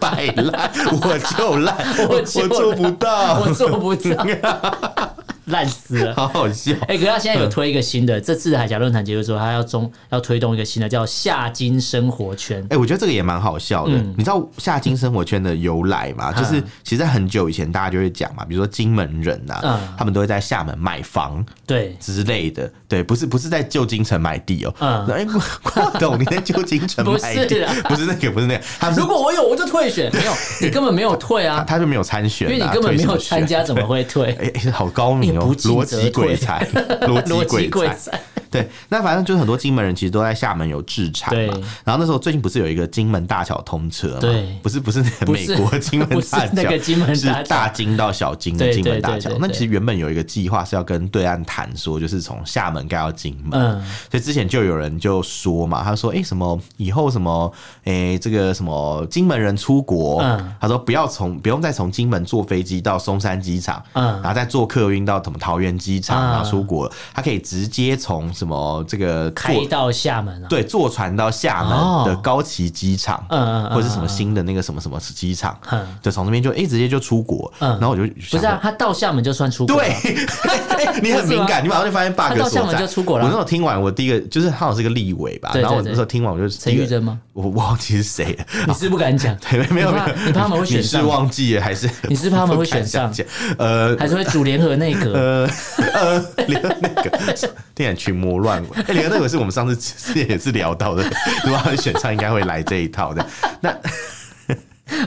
[SPEAKER 2] 摆 烂，我就烂，我
[SPEAKER 1] 就烂
[SPEAKER 2] 做不到
[SPEAKER 1] 我。做不到。 烂死了。
[SPEAKER 2] 好好笑。
[SPEAKER 1] 哎、可是他现在有推一个新的，这次的海峡论坛结束之后，他要中要推动一个新的叫夏金生活圈。
[SPEAKER 2] 哎、我觉得这个也蛮好笑的。
[SPEAKER 1] 嗯
[SPEAKER 2] 你知道夏金生活圈的由来吗？就是其实在很久以前，大家就会讲嘛，比如说金门人呐、
[SPEAKER 1] 嗯
[SPEAKER 2] 他们都会在厦门买房
[SPEAKER 1] 对，
[SPEAKER 2] 之类的。对，不是不是在旧金城买地哦、
[SPEAKER 1] 嗯
[SPEAKER 2] 哎、郭郭董，你在旧金城
[SPEAKER 1] 不
[SPEAKER 2] 买地
[SPEAKER 1] 是啊？
[SPEAKER 2] 不是那个，不是那个，他们是
[SPEAKER 1] 如果我有我就退选， 没有你根本没有退 啊，
[SPEAKER 2] 他就没有参选、
[SPEAKER 1] 因为
[SPEAKER 2] 啊，
[SPEAKER 1] 你根本没有参
[SPEAKER 2] 退什么选。
[SPEAKER 1] 加，怎么会退？
[SPEAKER 2] 哎、哎好高明哦、
[SPEAKER 1] 你不进
[SPEAKER 2] 逻
[SPEAKER 1] 则
[SPEAKER 2] 辑鬼
[SPEAKER 1] 退
[SPEAKER 2] 才，哎逻
[SPEAKER 1] 逻
[SPEAKER 2] 辑
[SPEAKER 1] 辑
[SPEAKER 2] 鬼
[SPEAKER 1] 鬼
[SPEAKER 2] 才。
[SPEAKER 1] 才，
[SPEAKER 2] 对，那反正就是很多金门人其实都在厦门有置产嘛
[SPEAKER 1] 对。
[SPEAKER 2] 然后那时候最近不是有一个金门大桥通车嘛？
[SPEAKER 1] 对
[SPEAKER 2] 不是不是那个
[SPEAKER 1] 不
[SPEAKER 2] 美
[SPEAKER 1] 是
[SPEAKER 2] 国金门
[SPEAKER 1] 不是
[SPEAKER 2] 大桥，
[SPEAKER 1] 那个金门
[SPEAKER 2] 是
[SPEAKER 1] 大桥
[SPEAKER 2] 大金到小金的
[SPEAKER 1] 对
[SPEAKER 2] 金门
[SPEAKER 1] 对
[SPEAKER 2] 大
[SPEAKER 1] 对
[SPEAKER 2] 桥
[SPEAKER 1] 对。
[SPEAKER 2] 那
[SPEAKER 1] 对
[SPEAKER 2] 其实原本有一个计划是要跟对岸谈说，就是从厦门盖到金门。
[SPEAKER 1] 嗯
[SPEAKER 2] 所以之前就有人就说嘛，他说：“哎、什么以后什么，哎、这个什么金门人出国，
[SPEAKER 1] 嗯
[SPEAKER 2] 他说不要从不用再从金门坐飞机到松山机场，
[SPEAKER 1] 嗯
[SPEAKER 2] 然后再坐客运到什么桃园机场，
[SPEAKER 1] 嗯
[SPEAKER 2] 然后出国了，他可以直接从什么这个
[SPEAKER 1] 开
[SPEAKER 2] 坐
[SPEAKER 1] 到厦门啊，
[SPEAKER 2] 对坐船到厦门
[SPEAKER 1] 哦
[SPEAKER 2] 的高崎机场，
[SPEAKER 1] 嗯嗯嗯
[SPEAKER 2] 或者是什么新的那个什么什么机场，
[SPEAKER 1] 嗯
[SPEAKER 2] 就从那边就哎、直接就出国，
[SPEAKER 1] 嗯
[SPEAKER 2] 然后我就
[SPEAKER 1] 不
[SPEAKER 2] 想
[SPEAKER 1] 是
[SPEAKER 2] 说
[SPEAKER 1] 啊，他到厦门就算出国了，
[SPEAKER 2] 对，
[SPEAKER 1] 啊
[SPEAKER 2] 你很敏感，你马上就发现 bug
[SPEAKER 1] 他到
[SPEAKER 2] 所
[SPEAKER 1] 厦门
[SPEAKER 2] 在。
[SPEAKER 1] 就出国了
[SPEAKER 2] 我那时候听完，我第一个就是他好像是个立委吧，
[SPEAKER 1] 对
[SPEAKER 2] 然后我
[SPEAKER 1] 对对
[SPEAKER 2] 那时候听完我就
[SPEAKER 1] 陈玉珍吗？
[SPEAKER 2] 我我忘记是谁了。
[SPEAKER 1] 你是不敢讲，
[SPEAKER 2] 对，没有
[SPEAKER 1] 你
[SPEAKER 2] 没
[SPEAKER 1] 怕
[SPEAKER 2] 有，
[SPEAKER 1] 你怕他们会选上
[SPEAKER 2] 你是忘记了还是？
[SPEAKER 1] 你是怕他们会选上
[SPEAKER 2] 不敢想起来？呃，
[SPEAKER 1] 还是会组联合内阁？
[SPEAKER 2] 呃呃，连那个 电影群魔乱舞，哎、连那个是我们上次之前也是聊到的， 如果他们选上，应该会来这一套的。那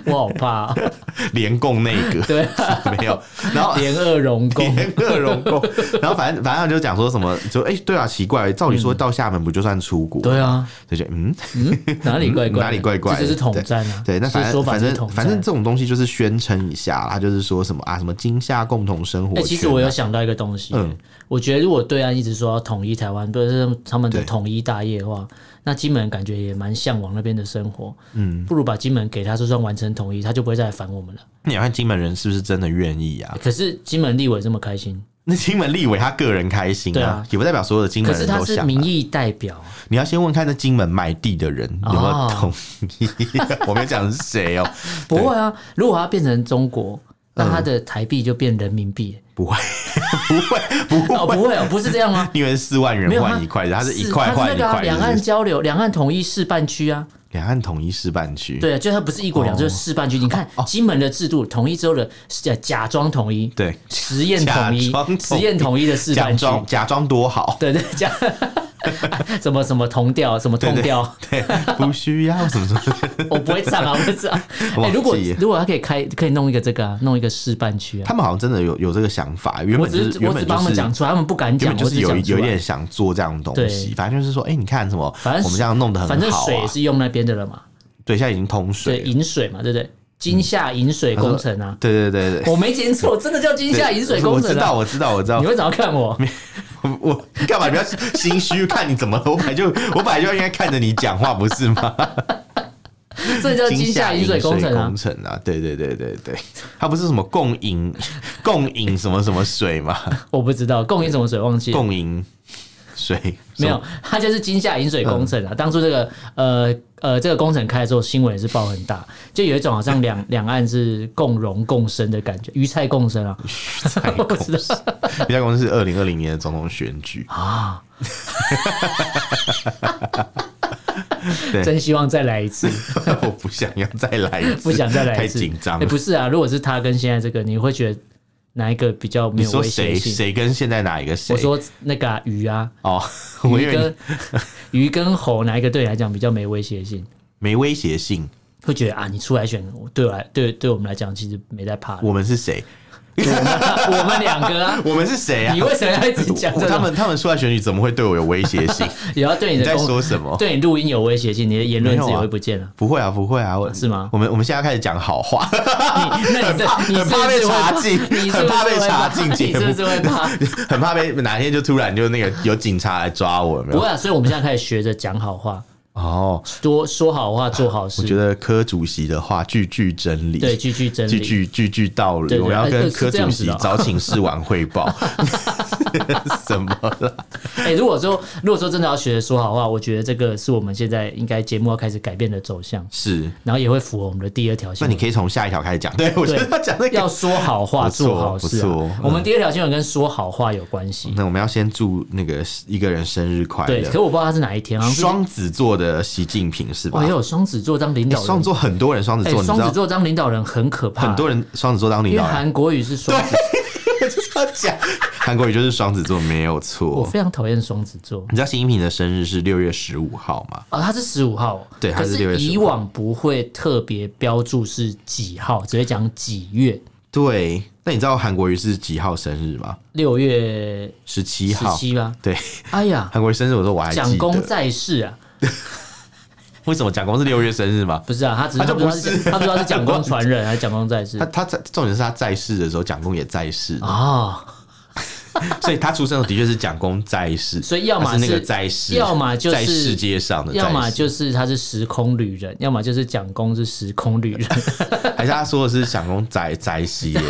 [SPEAKER 1] 我好怕哦，
[SPEAKER 2] 联共内阁
[SPEAKER 1] 对，
[SPEAKER 2] 没有，然后
[SPEAKER 1] 联俄荣共，
[SPEAKER 2] 联合荣共，然后反正反正他就讲说什么，就哎、对啊，奇怪，照理说到厦门不就算出
[SPEAKER 1] 嗯
[SPEAKER 2] 国？
[SPEAKER 1] 对啊，
[SPEAKER 2] 就觉得嗯，
[SPEAKER 1] 嗯，哪里怪怪的，
[SPEAKER 2] 哪里怪怪的
[SPEAKER 1] 这就是统战啊，
[SPEAKER 2] 对，那反
[SPEAKER 1] 这说
[SPEAKER 2] 正
[SPEAKER 1] 法
[SPEAKER 2] 反
[SPEAKER 1] 就是
[SPEAKER 2] 正
[SPEAKER 1] 统战
[SPEAKER 2] 反正这种东西就是宣称一下啦，他就是说什么啊，什么今夏共同生活
[SPEAKER 1] 哎、
[SPEAKER 2] 圈啊、
[SPEAKER 1] 其实我有想到一个东西、
[SPEAKER 2] 嗯
[SPEAKER 1] 我觉得如果对岸一直说要统一台湾，不是他们的
[SPEAKER 2] 对
[SPEAKER 1] 统一大业的话，那金门感觉也蛮向往那边的生活。嗯，不如把金门给他，就算完成统一，他就不会再来烦我们了。
[SPEAKER 2] 你要看金门人是不是真的愿意啊？
[SPEAKER 1] 可是金门立委这么开心，
[SPEAKER 2] 那金门立委他个人开心
[SPEAKER 1] 对
[SPEAKER 2] 啊
[SPEAKER 1] 啊，
[SPEAKER 2] 也不代表所有的金
[SPEAKER 1] 可
[SPEAKER 2] 门
[SPEAKER 1] 是
[SPEAKER 2] 人
[SPEAKER 1] 他
[SPEAKER 2] 都
[SPEAKER 1] 是
[SPEAKER 2] 想啊。
[SPEAKER 1] 民意代表啊，
[SPEAKER 2] 你要先问看那金门买地的人有没有
[SPEAKER 1] 哦
[SPEAKER 2] 同意， 我没有讲是谁 哦，
[SPEAKER 1] 不会啊。如果他变成中国，那他的台币就变人民币、
[SPEAKER 2] 嗯不会， 不会， 不会。？
[SPEAKER 1] 哦，不会哦，不是这样吗
[SPEAKER 2] 因为四万
[SPEAKER 1] 没
[SPEAKER 2] 元
[SPEAKER 1] 有，
[SPEAKER 2] 换一块的，它是一块
[SPEAKER 1] 它
[SPEAKER 2] 换
[SPEAKER 1] 是那
[SPEAKER 2] 一
[SPEAKER 1] 个啊
[SPEAKER 2] 块的，
[SPEAKER 1] 两
[SPEAKER 2] 是不
[SPEAKER 1] 岸
[SPEAKER 2] 是
[SPEAKER 1] 交流，两岸统一示办区啊。
[SPEAKER 2] 两岸统一示办区。
[SPEAKER 1] 对啊，就它不是一国两
[SPEAKER 2] 哦
[SPEAKER 1] 制，就是示范区。你看金门的制度，统一之后的假假装统一，
[SPEAKER 2] 对，
[SPEAKER 1] 实验统一
[SPEAKER 2] 假装统一，
[SPEAKER 1] 实验统一的示
[SPEAKER 2] 假
[SPEAKER 1] 范区，
[SPEAKER 2] 装假装 多好，
[SPEAKER 1] 对对， 假什么什么同调，什么痛调，
[SPEAKER 2] 对，不需要什么什么。
[SPEAKER 1] 我不会唱啊，我不知道。
[SPEAKER 2] 忘
[SPEAKER 1] 哎，
[SPEAKER 2] 记
[SPEAKER 1] 如果
[SPEAKER 2] 了
[SPEAKER 1] 如果他可以开，可以弄一个这个啊，弄一个示范区啊。
[SPEAKER 2] 他们好像真的有有这个想法，原
[SPEAKER 1] 我
[SPEAKER 2] 本就
[SPEAKER 1] 只
[SPEAKER 2] 是
[SPEAKER 1] 是
[SPEAKER 2] 原
[SPEAKER 1] 我只
[SPEAKER 2] 本
[SPEAKER 1] 帮他
[SPEAKER 2] 就
[SPEAKER 1] 们
[SPEAKER 2] 是
[SPEAKER 1] 讲出来，他们不敢
[SPEAKER 2] 原
[SPEAKER 1] 讲，
[SPEAKER 2] 本就
[SPEAKER 1] 我
[SPEAKER 2] 是
[SPEAKER 1] 只
[SPEAKER 2] 有
[SPEAKER 1] 讲出
[SPEAKER 2] 有一
[SPEAKER 1] 来
[SPEAKER 2] 点。想做这样东西，
[SPEAKER 1] 对
[SPEAKER 2] 反正就是说，哎，你看什么，
[SPEAKER 1] 反正
[SPEAKER 2] 我们这样弄得
[SPEAKER 1] 反
[SPEAKER 2] 很
[SPEAKER 1] 正
[SPEAKER 2] 好
[SPEAKER 1] 水
[SPEAKER 2] 啊
[SPEAKER 1] 也，是用那边的了嘛，
[SPEAKER 2] 对，现在已经通
[SPEAKER 1] 对，
[SPEAKER 2] 水了，啊嗯
[SPEAKER 1] 引水嘛，对不对？金夏引水工程啊，
[SPEAKER 2] 对对 对对。
[SPEAKER 1] 我没讲错，真的叫金
[SPEAKER 2] 对
[SPEAKER 1] 夏引水工
[SPEAKER 2] 我
[SPEAKER 1] 程
[SPEAKER 2] 知道，
[SPEAKER 1] 啊。
[SPEAKER 2] 我知道，我知道
[SPEAKER 1] 你。为什么要看 我？
[SPEAKER 2] 我我你干嘛？不要心虚，看你怎么了？我本来就我本来就应该看着你讲话，不是吗？
[SPEAKER 1] 这叫金夏引水工程啊
[SPEAKER 2] 工！程啊，对对对对对，它不是什么共饮共饮什么什么水吗？
[SPEAKER 1] 我不知道供应什么水忘记了，
[SPEAKER 2] 共饮水
[SPEAKER 1] 没有，它就是金夏引水工程啊。当初这个呃呃这个工程开的时候，新闻也是报很大，就有一种好像 两两岸是共荣共生的感觉，鱼菜共生啊
[SPEAKER 2] 在 公司，比赛公司是二零二零年的总统选举，
[SPEAKER 1] 啊！
[SPEAKER 2] 对
[SPEAKER 1] 真希望再来一 次，
[SPEAKER 2] 我不想要再来一次，
[SPEAKER 1] 不想再来
[SPEAKER 2] 太
[SPEAKER 1] 一次。
[SPEAKER 2] 紧张
[SPEAKER 1] 哎
[SPEAKER 2] 了。
[SPEAKER 1] 不是啊，如果是他跟现在这个，你会觉得哪一个比较没
[SPEAKER 2] 你
[SPEAKER 1] 有
[SPEAKER 2] 说
[SPEAKER 1] 威胁
[SPEAKER 2] 谁
[SPEAKER 1] 性？
[SPEAKER 2] 谁跟现在哪一个谁？
[SPEAKER 1] 我说那个、啊、鱼啊，
[SPEAKER 2] 哦， 我以
[SPEAKER 1] 鱼
[SPEAKER 2] 为你
[SPEAKER 1] 跟鱼跟猴哪一个对你来讲比较没威胁性？
[SPEAKER 2] 没威胁性，
[SPEAKER 1] 会觉得啊，你出来选，我对我来对对我们来讲，其实没在怕的。
[SPEAKER 2] 我们是谁？
[SPEAKER 1] 我我们两个 啊，
[SPEAKER 2] 我们是谁啊
[SPEAKER 1] 你？为什么要一直讲这
[SPEAKER 2] 他
[SPEAKER 1] 种？
[SPEAKER 2] 们他们出来选举怎么会对我有威胁性？
[SPEAKER 1] 也要 对你的
[SPEAKER 2] 你在
[SPEAKER 1] 公
[SPEAKER 2] 说什么？
[SPEAKER 1] 对你录音有威胁性，你的言论自
[SPEAKER 2] 没有
[SPEAKER 1] 由
[SPEAKER 2] 啊
[SPEAKER 1] 会不见 了。
[SPEAKER 2] 不会啊，不会啊，我
[SPEAKER 1] 是吗
[SPEAKER 2] 我们我们现在开始讲好话，
[SPEAKER 1] 你那你这你是
[SPEAKER 2] 很
[SPEAKER 1] 不
[SPEAKER 2] 怕被
[SPEAKER 1] 是会
[SPEAKER 2] 查禁，
[SPEAKER 1] 你是
[SPEAKER 2] 很
[SPEAKER 1] 不是
[SPEAKER 2] 怕被
[SPEAKER 1] 会怕
[SPEAKER 2] 查禁
[SPEAKER 1] 你
[SPEAKER 2] 节
[SPEAKER 1] 是
[SPEAKER 2] 目
[SPEAKER 1] 不，是会怕？
[SPEAKER 2] 很怕被哪天就突然就那个有警察来抓我，有没
[SPEAKER 1] 不
[SPEAKER 2] 有
[SPEAKER 1] 会？啊，所以我们现在开始学着讲好话，
[SPEAKER 2] 哦，
[SPEAKER 1] 多说好话，做好
[SPEAKER 2] 我觉
[SPEAKER 1] 事，
[SPEAKER 2] 得柯主席的话句句真理，
[SPEAKER 1] 对，句句真
[SPEAKER 2] 句
[SPEAKER 1] 理。
[SPEAKER 2] 句句句道理，
[SPEAKER 1] 对对
[SPEAKER 2] 我要
[SPEAKER 1] 哎
[SPEAKER 2] 跟
[SPEAKER 1] 呃
[SPEAKER 2] 柯
[SPEAKER 1] 是这
[SPEAKER 2] 主
[SPEAKER 1] 样子
[SPEAKER 2] 席
[SPEAKER 1] 的哦
[SPEAKER 2] 早请示完汇报。什么啦？
[SPEAKER 1] 哎、如果说如果说真的要学说好话，我觉得这个是我们现在应该节目要开始改变的走向，
[SPEAKER 2] 是，
[SPEAKER 1] 然后也会符合我们的第二条
[SPEAKER 2] 那
[SPEAKER 1] 新
[SPEAKER 2] 你
[SPEAKER 1] 闻。
[SPEAKER 2] 可以从下一条开始讲。对，我觉得要讲那
[SPEAKER 1] 要
[SPEAKER 2] 个，
[SPEAKER 1] 说好话，
[SPEAKER 2] 不错
[SPEAKER 1] 做好事、
[SPEAKER 2] 不
[SPEAKER 1] 啊
[SPEAKER 2] 错嗯。
[SPEAKER 1] 我们第二条新闻跟说好话有关系。
[SPEAKER 2] 那我们要先祝那个一个人生日快
[SPEAKER 1] 对，可
[SPEAKER 2] 乐。
[SPEAKER 1] 我不知道他是哪一天，好像是
[SPEAKER 2] 双子座的习近平是吧
[SPEAKER 1] 哦，也？有双子座当领
[SPEAKER 2] 哎
[SPEAKER 1] 导人。
[SPEAKER 2] 双子座很多人，双子
[SPEAKER 1] 哎
[SPEAKER 2] 座你知
[SPEAKER 1] 双子
[SPEAKER 2] 道，
[SPEAKER 1] 座当领导人很可怕，
[SPEAKER 2] 很多人双子座当领
[SPEAKER 1] 因为
[SPEAKER 2] 导人，
[SPEAKER 1] 韩国语是双子，
[SPEAKER 2] 就是要 讲韩国语就是双子座没有
[SPEAKER 1] 我
[SPEAKER 2] 错。
[SPEAKER 1] 非常讨厌双子座。
[SPEAKER 2] 你知道习近平的生日是六月十五号吗？
[SPEAKER 1] 啊、他是十五号，
[SPEAKER 2] 对他
[SPEAKER 1] 可
[SPEAKER 2] 是
[SPEAKER 1] 是
[SPEAKER 2] 6月15
[SPEAKER 1] 以
[SPEAKER 2] 号
[SPEAKER 1] 往不会特别标注是几号，只会讲几月，
[SPEAKER 2] 对，那你知道韩国瑜是几号生日吗？
[SPEAKER 1] 六月
[SPEAKER 2] 十七
[SPEAKER 1] 十
[SPEAKER 2] 号。
[SPEAKER 1] 七吧。
[SPEAKER 2] 对，
[SPEAKER 1] 哎呀，
[SPEAKER 2] 韩国瑜生日我说我还
[SPEAKER 1] 蒋
[SPEAKER 2] 记
[SPEAKER 1] 公
[SPEAKER 2] 得。
[SPEAKER 1] 在世啊，
[SPEAKER 2] 为什么蒋公是六月生日吗？
[SPEAKER 1] 不是啊，他只是
[SPEAKER 2] 他
[SPEAKER 1] 他
[SPEAKER 2] 就
[SPEAKER 1] 不知道
[SPEAKER 2] 不
[SPEAKER 1] 是
[SPEAKER 2] 是
[SPEAKER 1] 他不知道是蒋公传人还是蒋公在世
[SPEAKER 2] 他他在重点是他在世的时候，蒋公也在世，
[SPEAKER 1] 哦，
[SPEAKER 2] 所以他出生的的确是蒋公在世。
[SPEAKER 1] 所以要么
[SPEAKER 2] 他是那个
[SPEAKER 1] 是
[SPEAKER 2] 在世，
[SPEAKER 1] 要么就是
[SPEAKER 2] 在世界上的在世，
[SPEAKER 1] 要么就是他是时空旅人，要么就是蒋公是时空旅人。
[SPEAKER 2] 还是他说的是蒋公在在西耶，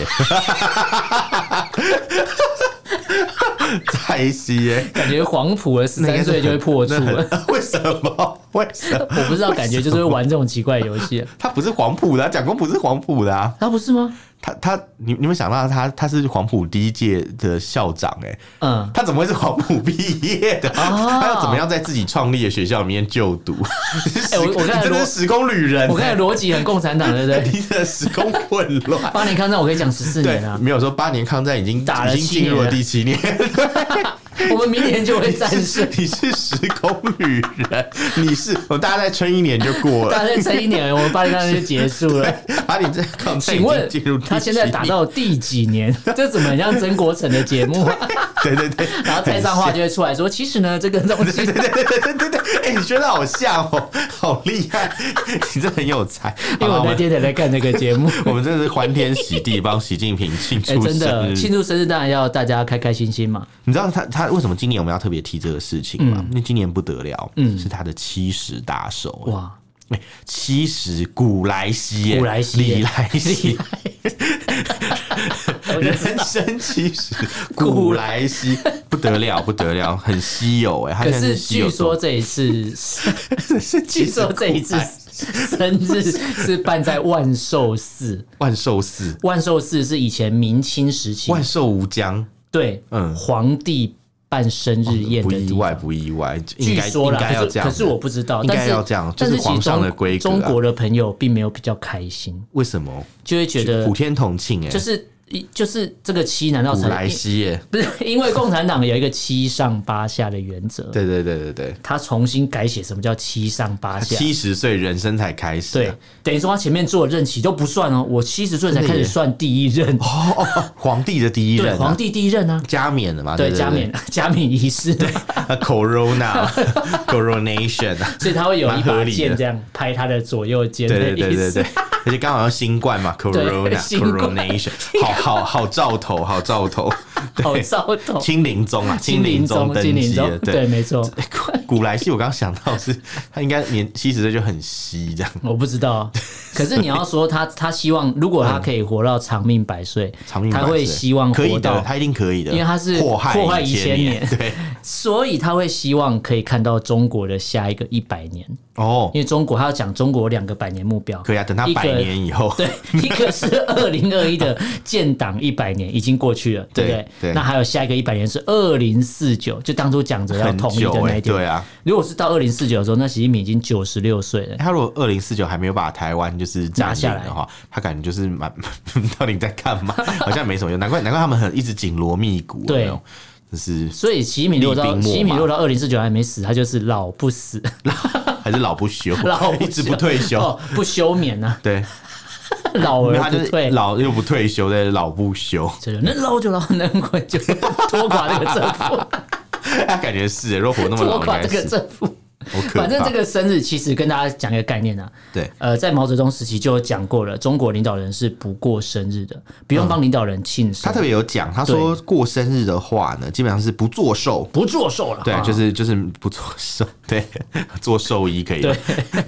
[SPEAKER 2] 在西耶，
[SPEAKER 1] 感觉黄埔了十
[SPEAKER 2] 那应
[SPEAKER 1] 三
[SPEAKER 2] 该是
[SPEAKER 1] 岁就会破处
[SPEAKER 2] 那很
[SPEAKER 1] 了。
[SPEAKER 2] 为什么？为什么？
[SPEAKER 1] 我不知道，感觉就是会玩这种奇怪的游戏。
[SPEAKER 2] 他不是黄埔的啊、蒋公不是黄埔的啊，
[SPEAKER 1] 他不是吗？
[SPEAKER 2] 他他你你们想到他他是黄埔第一届的校长哎、
[SPEAKER 1] 嗯，
[SPEAKER 2] 他怎么会是黄埔毕业的？
[SPEAKER 1] 啊
[SPEAKER 2] 他要怎么样在自己创立的学校里面就读？
[SPEAKER 1] 哎我我刚
[SPEAKER 2] 你
[SPEAKER 1] 才
[SPEAKER 2] 真的
[SPEAKER 1] 逻
[SPEAKER 2] 是时空旅人、欸
[SPEAKER 1] 我看逻辑很共产党，对不 对？
[SPEAKER 2] 你真的时空混 乱。
[SPEAKER 1] 八年抗战我可以讲十四
[SPEAKER 2] 对
[SPEAKER 1] 年，啊，
[SPEAKER 2] 没有说八年抗战已经
[SPEAKER 1] 打了
[SPEAKER 2] 已经
[SPEAKER 1] 七
[SPEAKER 2] 进入
[SPEAKER 1] 年了
[SPEAKER 2] 了第七年，
[SPEAKER 1] 我们明年就会 战
[SPEAKER 2] 你
[SPEAKER 1] 胜
[SPEAKER 2] 是。你是时空旅人，你是我们大家再撑一年就过
[SPEAKER 1] 大
[SPEAKER 2] 了。
[SPEAKER 1] 家 再撑一年，我们八年抗战就结束了。
[SPEAKER 2] 把你这抗战
[SPEAKER 1] 请
[SPEAKER 2] 已
[SPEAKER 1] 问
[SPEAKER 2] 经进入第
[SPEAKER 1] 他现在
[SPEAKER 2] 七
[SPEAKER 1] 打
[SPEAKER 2] 年
[SPEAKER 1] 到第几年？这怎么很像曾国成的节目啊？
[SPEAKER 2] 对对对，
[SPEAKER 1] 然后蔡尚话就会出来说，其实呢，这个东西
[SPEAKER 2] 对对对对对对，哎、你学的好像哦，好厉害， 你真的很有才。
[SPEAKER 1] 因为 我
[SPEAKER 2] 好了
[SPEAKER 1] 那
[SPEAKER 2] 们
[SPEAKER 1] 天才在看这个节目。
[SPEAKER 2] 我们真 的是欢天喜地帮习近平庆
[SPEAKER 1] 哎、
[SPEAKER 2] 祝
[SPEAKER 1] 真
[SPEAKER 2] 生
[SPEAKER 1] 的
[SPEAKER 2] 日。
[SPEAKER 1] 庆祝生日当然要大家开开心心嘛。
[SPEAKER 2] 你知道他他为什么今年我们要特别提这个事情
[SPEAKER 1] 嗯
[SPEAKER 2] 吗？因为今年不得了，嗯，是他的七十大寿。哇，
[SPEAKER 1] 哇，
[SPEAKER 2] 七十古来稀耶，
[SPEAKER 1] 古来稀耶
[SPEAKER 2] 李来 稀，
[SPEAKER 1] 我就知道
[SPEAKER 2] 人生七十古 来稀，不得了，不得了，很稀有哎。他
[SPEAKER 1] 可
[SPEAKER 2] 现在
[SPEAKER 1] 是
[SPEAKER 2] 稀有
[SPEAKER 1] 据说这一次，
[SPEAKER 2] 是
[SPEAKER 1] 据说这一次生日是办在万寿寺。
[SPEAKER 2] 万寿寺，
[SPEAKER 1] 万寿寺是以前明清时期
[SPEAKER 2] 万寿无疆。
[SPEAKER 1] 对，
[SPEAKER 2] 嗯
[SPEAKER 1] 皇帝办生日宴
[SPEAKER 2] 不
[SPEAKER 1] 的
[SPEAKER 2] 意
[SPEAKER 1] 地
[SPEAKER 2] 外，
[SPEAKER 1] 方。
[SPEAKER 2] 不意外，应
[SPEAKER 1] 据
[SPEAKER 2] 该
[SPEAKER 1] 说
[SPEAKER 2] 应
[SPEAKER 1] 啦，
[SPEAKER 2] 该要
[SPEAKER 1] 可
[SPEAKER 2] 这
[SPEAKER 1] 是
[SPEAKER 2] 样。
[SPEAKER 1] 可是我不知道，
[SPEAKER 2] 应该
[SPEAKER 1] 但是
[SPEAKER 2] 要这样
[SPEAKER 1] 但
[SPEAKER 2] 就是是皇
[SPEAKER 1] 其实
[SPEAKER 2] 上
[SPEAKER 1] 中
[SPEAKER 2] 的规格啊
[SPEAKER 1] 中国的朋友并没有比较开心，
[SPEAKER 2] 为什么
[SPEAKER 1] 就会觉得
[SPEAKER 2] 普天同庆哎，
[SPEAKER 1] 就是一就是这个七难道
[SPEAKER 2] 古
[SPEAKER 1] 才
[SPEAKER 2] 来稀耶，
[SPEAKER 1] 不是因为共产党有一个七上八下的原则，
[SPEAKER 2] 对对对对对，
[SPEAKER 1] 他重新改写什么叫七上八下。
[SPEAKER 2] 七十岁人生才开始
[SPEAKER 1] 对
[SPEAKER 2] 啊，，
[SPEAKER 1] 等于说他前面做的任期都不算哦，我七十岁才
[SPEAKER 2] 真的
[SPEAKER 1] 开始
[SPEAKER 2] 耶
[SPEAKER 1] 算第一任，
[SPEAKER 2] 哦哦，哦皇帝的第一
[SPEAKER 1] 对，
[SPEAKER 2] 任
[SPEAKER 1] 皇
[SPEAKER 2] 啊，
[SPEAKER 1] 帝第一任啊，
[SPEAKER 2] 加冕的嘛，
[SPEAKER 1] 对，
[SPEAKER 2] 对啊
[SPEAKER 1] 加冕 加冕仪式，
[SPEAKER 2] ，corona coronation 啊，
[SPEAKER 1] 所以他会有一
[SPEAKER 2] 蛮合
[SPEAKER 1] 把
[SPEAKER 2] 理的
[SPEAKER 1] 剑这样拍他的左右肩的
[SPEAKER 2] 对
[SPEAKER 1] 意
[SPEAKER 2] 对
[SPEAKER 1] 思。
[SPEAKER 2] 对对对。而且刚好要新冠嘛，corona
[SPEAKER 1] 新冠
[SPEAKER 2] coronation，好好好兆头，好兆头，
[SPEAKER 1] 好哦
[SPEAKER 2] 对，
[SPEAKER 1] 糟透。
[SPEAKER 2] 清零宗啊，
[SPEAKER 1] 金
[SPEAKER 2] 零
[SPEAKER 1] 陵
[SPEAKER 2] 宗
[SPEAKER 1] 中，
[SPEAKER 2] 登
[SPEAKER 1] 金陵
[SPEAKER 2] 基啊
[SPEAKER 1] 中
[SPEAKER 2] 了，，
[SPEAKER 1] 对，没错。
[SPEAKER 2] 古来稀，我刚刚想到是他应该年七十岁就很稀这样，
[SPEAKER 1] 我不知道啊，可是你要说他，他希望如果他可以活到长命百岁，
[SPEAKER 2] 嗯长命百
[SPEAKER 1] 他
[SPEAKER 2] 岁
[SPEAKER 1] 会希望
[SPEAKER 2] 可以
[SPEAKER 1] 活
[SPEAKER 2] 的，
[SPEAKER 1] 到，
[SPEAKER 2] 他一定可以的，
[SPEAKER 1] 因为他是
[SPEAKER 2] 祸害
[SPEAKER 1] 祸害
[SPEAKER 2] 一
[SPEAKER 1] 一
[SPEAKER 2] 千
[SPEAKER 1] 千年
[SPEAKER 2] 对，
[SPEAKER 1] 所以他会希望可以看到中国的下一个一百年，
[SPEAKER 2] 哦
[SPEAKER 1] 因，为中国他要讲中国两个百年目标，
[SPEAKER 2] 可以啊，等他
[SPEAKER 1] 一个
[SPEAKER 2] 百年以后，
[SPEAKER 1] 对，一个是二零二一的建党一百年已经过去了，对不
[SPEAKER 2] 对
[SPEAKER 1] 对？
[SPEAKER 2] 对
[SPEAKER 1] 那还有下一个一百年是二零四九，就当初讲着要
[SPEAKER 2] 很
[SPEAKER 1] 统一
[SPEAKER 2] 久
[SPEAKER 1] 的那
[SPEAKER 2] 哎，
[SPEAKER 1] 一天。
[SPEAKER 2] 对啊，
[SPEAKER 1] 如果是到二零四九的时候，那习近平已经九十六岁了。
[SPEAKER 2] 他如果二零四九还没有把台湾就是
[SPEAKER 1] 拿下
[SPEAKER 2] 占领的话，他感觉就是蛮， 到底在干 嘛？好像没什么用，难怪难怪他们很一直紧锣密鼓，
[SPEAKER 1] 对
[SPEAKER 2] 有没有，就是
[SPEAKER 1] 所以习近平如果
[SPEAKER 2] 厉
[SPEAKER 1] 到
[SPEAKER 2] 兵秣马
[SPEAKER 1] 习近平如果到二零四九还没死，他就是老不死，
[SPEAKER 2] 还是老不休，
[SPEAKER 1] 老不
[SPEAKER 2] 一直不退休，
[SPEAKER 1] 哦，不休眠呐、
[SPEAKER 2] 对，
[SPEAKER 1] 啊，老
[SPEAKER 2] 因为
[SPEAKER 1] 而
[SPEAKER 2] 他就
[SPEAKER 1] 不退。
[SPEAKER 2] 是老又不退休，对，老不休。
[SPEAKER 1] 真的，能捞就捞，能滚就滚拖垮这个政府，
[SPEAKER 2] 他感觉是，如果活那么
[SPEAKER 1] 拖
[SPEAKER 2] 老，应
[SPEAKER 1] 垮
[SPEAKER 2] 该
[SPEAKER 1] 这个
[SPEAKER 2] 是
[SPEAKER 1] 政府。
[SPEAKER 2] 好可怕。
[SPEAKER 1] 反正这个生日其实跟大家讲一个概念啊，
[SPEAKER 2] 对，
[SPEAKER 1] 呃，在毛泽东时期就有讲过了，中国领导人是不过生日的，不用帮领导人庆生，
[SPEAKER 2] 他特别有讲，他说过生日的话呢，基本上是不做寿。
[SPEAKER 1] 不作寿了，
[SPEAKER 2] 对，
[SPEAKER 1] 啊
[SPEAKER 2] 就是就是不做寿， 对，做寿衣可以吗，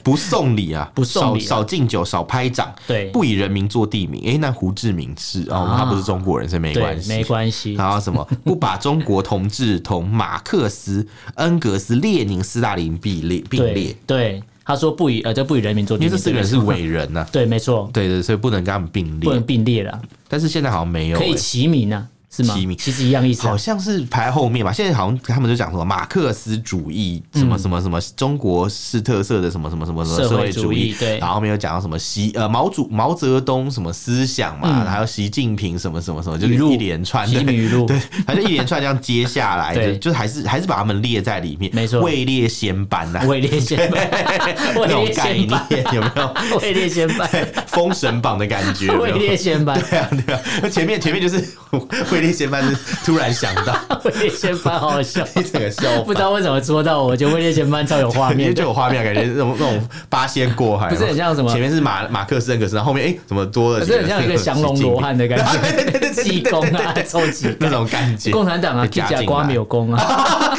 [SPEAKER 2] 不送礼啊，
[SPEAKER 1] 不送礼啊
[SPEAKER 2] 少少敬酒，少拍掌，
[SPEAKER 1] 对
[SPEAKER 2] 不以人民做地名。诶，那胡志明是哦
[SPEAKER 1] 啊，
[SPEAKER 2] 他不是中国人，所以没
[SPEAKER 1] 对
[SPEAKER 2] 关，系，
[SPEAKER 1] 没关系。
[SPEAKER 2] 然后什么不把中国同志同马克思、恩格斯、列宁、斯大林并列并列
[SPEAKER 1] 对，对，他说不以呃，就不以人民做敌
[SPEAKER 2] 因为
[SPEAKER 1] 人，
[SPEAKER 2] 这四个人是伟人呐、
[SPEAKER 1] 对，没错，
[SPEAKER 2] 对对，所以不能跟他们并
[SPEAKER 1] 不能
[SPEAKER 2] 列。
[SPEAKER 1] 并列了，
[SPEAKER 2] 但是现在好像没有、
[SPEAKER 1] 可以
[SPEAKER 2] 欸，
[SPEAKER 1] 齐名啊，是吗？
[SPEAKER 2] 齐名
[SPEAKER 1] 其实一样意思啊、
[SPEAKER 2] 好像是排在后面吧。现在好像他们就讲什么马克思主义，什么什么什么中国式特色的什么什么什么什
[SPEAKER 1] 嗯
[SPEAKER 2] 么
[SPEAKER 1] 社会
[SPEAKER 2] 社会
[SPEAKER 1] 主
[SPEAKER 2] 主
[SPEAKER 1] 义对
[SPEAKER 2] 然后后面又讲到什么习呃毛主毛泽东什么思想嘛，还有习近平什么什么什么，就是
[SPEAKER 1] 嗯语录
[SPEAKER 2] 一连串
[SPEAKER 1] 齐
[SPEAKER 2] 的。
[SPEAKER 1] 名语录，
[SPEAKER 2] 对，反正一连串这样接下 来，
[SPEAKER 1] 对
[SPEAKER 2] 就就还是还是把他们列在里面，
[SPEAKER 1] 没错
[SPEAKER 2] 位列仙班呐、
[SPEAKER 1] 位列仙班，位
[SPEAKER 2] 那种
[SPEAKER 1] 列
[SPEAKER 2] 概
[SPEAKER 1] 仙班，
[SPEAKER 2] 念有没 有？
[SPEAKER 1] 位列仙班，
[SPEAKER 2] 封神榜的感觉，有没
[SPEAKER 1] 位
[SPEAKER 2] 有
[SPEAKER 1] 列仙班，
[SPEAKER 2] 对啊，对啊，那前面前面就是 位列仙班，是突然想到
[SPEAKER 1] 位列仙班，好好笑。
[SPEAKER 2] 一整个笑
[SPEAKER 1] 不
[SPEAKER 2] 法
[SPEAKER 1] 知，道为什么说到我，就位列仙班超有画
[SPEAKER 2] 因为
[SPEAKER 1] 面
[SPEAKER 2] 就
[SPEAKER 1] 的。
[SPEAKER 2] 有画面感觉，那种那种八仙过海，
[SPEAKER 1] 不是很像什么
[SPEAKER 2] 前面是马马克思恩格斯，然后后面哎怎么多了
[SPEAKER 1] 可
[SPEAKER 2] 几个？
[SPEAKER 1] 是很像一个降龙罗汉的感觉，济公啊，臭济
[SPEAKER 2] 那
[SPEAKER 1] 公，
[SPEAKER 2] 种感觉，
[SPEAKER 1] 共产党啊，
[SPEAKER 2] 被
[SPEAKER 1] 地
[SPEAKER 2] 加进
[SPEAKER 1] 甲
[SPEAKER 2] 来
[SPEAKER 1] 瓜没 有功啊，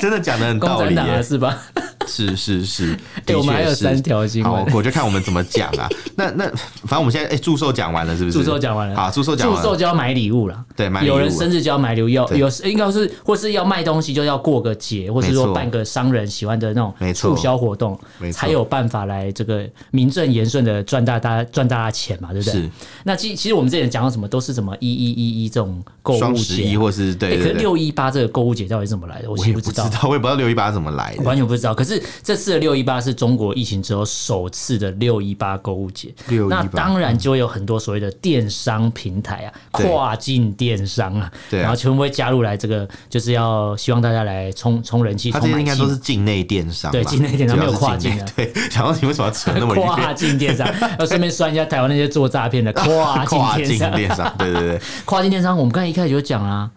[SPEAKER 2] 真的讲的很
[SPEAKER 1] 共
[SPEAKER 2] 道
[SPEAKER 1] 产
[SPEAKER 2] 理
[SPEAKER 1] 党啊，
[SPEAKER 2] 耶，
[SPEAKER 1] 是吧？
[SPEAKER 2] 是是是，
[SPEAKER 1] 对，
[SPEAKER 2] 的
[SPEAKER 1] 我们还
[SPEAKER 2] 确
[SPEAKER 1] 有
[SPEAKER 2] 是
[SPEAKER 1] 三条新
[SPEAKER 2] 好
[SPEAKER 1] 闻，。
[SPEAKER 2] 我就看我们怎么讲啊。那那反正我们现在哎，祝寿讲完了是不是？
[SPEAKER 1] 祝寿讲完了，
[SPEAKER 2] 好，祝寿讲
[SPEAKER 1] 祝
[SPEAKER 2] 完
[SPEAKER 1] 寿
[SPEAKER 2] 了。
[SPEAKER 1] 就要买礼物了。
[SPEAKER 2] 对买礼物
[SPEAKER 1] 有人生日就要买礼物，有
[SPEAKER 2] 对
[SPEAKER 1] 有应该是或是要卖东西，就要过个节，或是
[SPEAKER 2] 没
[SPEAKER 1] 说
[SPEAKER 2] 错
[SPEAKER 1] 办个商人喜欢的那
[SPEAKER 2] 没
[SPEAKER 1] 种
[SPEAKER 2] 错
[SPEAKER 1] 促销活动
[SPEAKER 2] 没，错
[SPEAKER 1] 才有办法来这个名正言顺的赚大大赚大家钱嘛，对不对？
[SPEAKER 2] 是
[SPEAKER 1] 那其其实我们之前讲到什么都是什么一一一一这种购物
[SPEAKER 2] 双十一
[SPEAKER 1] 节，啊
[SPEAKER 2] 或是对
[SPEAKER 1] 哎，可
[SPEAKER 2] 对
[SPEAKER 1] 是
[SPEAKER 2] 对，
[SPEAKER 1] 六一八这个购物节到底是怎么来的，我
[SPEAKER 2] 我
[SPEAKER 1] 其
[SPEAKER 2] 也
[SPEAKER 1] 实
[SPEAKER 2] 不
[SPEAKER 1] 不知
[SPEAKER 2] 知
[SPEAKER 1] 道。
[SPEAKER 2] 道，我也不知道六一八怎么来的。
[SPEAKER 1] 完全不知道。可是这次的六一八是中国疫情之后首次的六一八购物节，
[SPEAKER 2] 618
[SPEAKER 1] 那当然就会有很多所谓的电商平台啊，
[SPEAKER 2] 对
[SPEAKER 1] 跨境电商啊，
[SPEAKER 2] 对啊
[SPEAKER 1] 然后全部会加入来这个，就是要希望大家来冲冲人气，
[SPEAKER 2] 他
[SPEAKER 1] 冲
[SPEAKER 2] 这些
[SPEAKER 1] 买
[SPEAKER 2] 应该
[SPEAKER 1] 气
[SPEAKER 2] 都
[SPEAKER 1] 嘛
[SPEAKER 2] 是境内电商吧，
[SPEAKER 1] 对境内电商
[SPEAKER 2] 主要
[SPEAKER 1] 没有
[SPEAKER 2] 是
[SPEAKER 1] 跨
[SPEAKER 2] 境内
[SPEAKER 1] 境啊
[SPEAKER 2] 对，想到你为什么要扯那 么
[SPEAKER 1] 跨
[SPEAKER 2] 远？
[SPEAKER 1] 境电商，要顺便算一下台湾那些做诈骗的 跨
[SPEAKER 2] 跨
[SPEAKER 1] 境电
[SPEAKER 2] 境
[SPEAKER 1] 商。
[SPEAKER 2] 电商，对对对
[SPEAKER 1] 跨境电商，我们刚才一开始就讲啦、